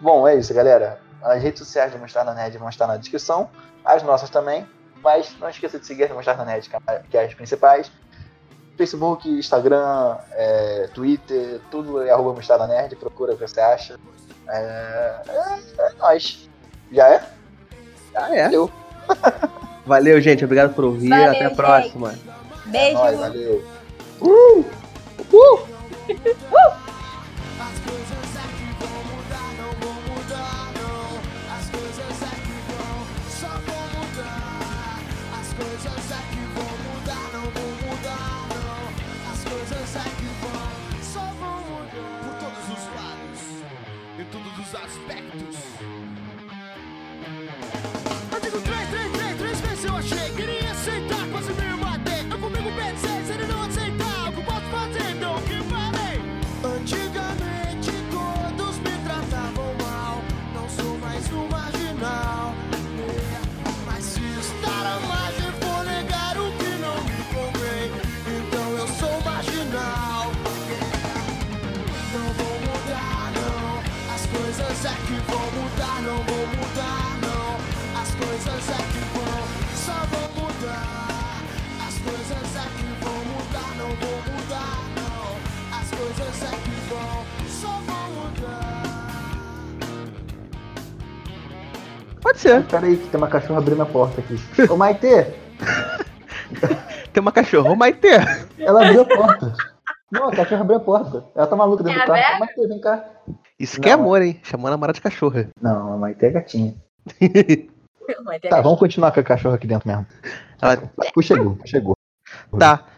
Bom, é isso, galera. As redes sociais do Mostarda Nerd vão estar na descrição. As nossas também. Mas não esqueça de seguir as do Mostarda Nerd, que é as principais. Facebook, Instagram, é, Twitter, tudo é arroba Mostarda Nerd. Procura o que você acha. É, é, é nóis. Já é?
Ah, é.
Valeu.
Valeu, gente. Obrigado por ouvir.
Valeu,
Até a
gente.
próxima.
Beijo!
É Nóis, valeu.
Por todos os lados. em todos os aspectos. Artigo 3, 3, 3, 3 vezes eu achei. Queria aceitar, quase me matei. Eu comigo pensei, se ele não aceitar, o que eu posso fazer? Então o que farei? Antigamente todos me tratavam mal. Não sou mais um marginal. Mas se estar à margem for negar o que não me convém, então eu sou marginal. Não vou mudar, não. As coisas é que vão mudar, não vou mudar, não. As coisas é que vão, só vão mudar. As coisas é que vão mudar, não vou mudar, não. As coisas é que vão, só vão mudar.
Pode ser.
Peraí, que tem uma cachorra abrindo a porta aqui. Ô Maitê,
Tem uma cachorra, vai ter.
ela abriu a porta. Não, a cachorra abriu a porta. Ela tá maluca dentro
É
do carro.
velha?
Ô, Maitê, vem cá.
Isso que é
Não.
amor, hein? Chamou a namorada de cachorra.
Não, a Maitê é gatinha.
Mas é
Tá, vamos continuar com a cachorra aqui dentro mesmo.
Ela-
Chegou, chegou.
Tá.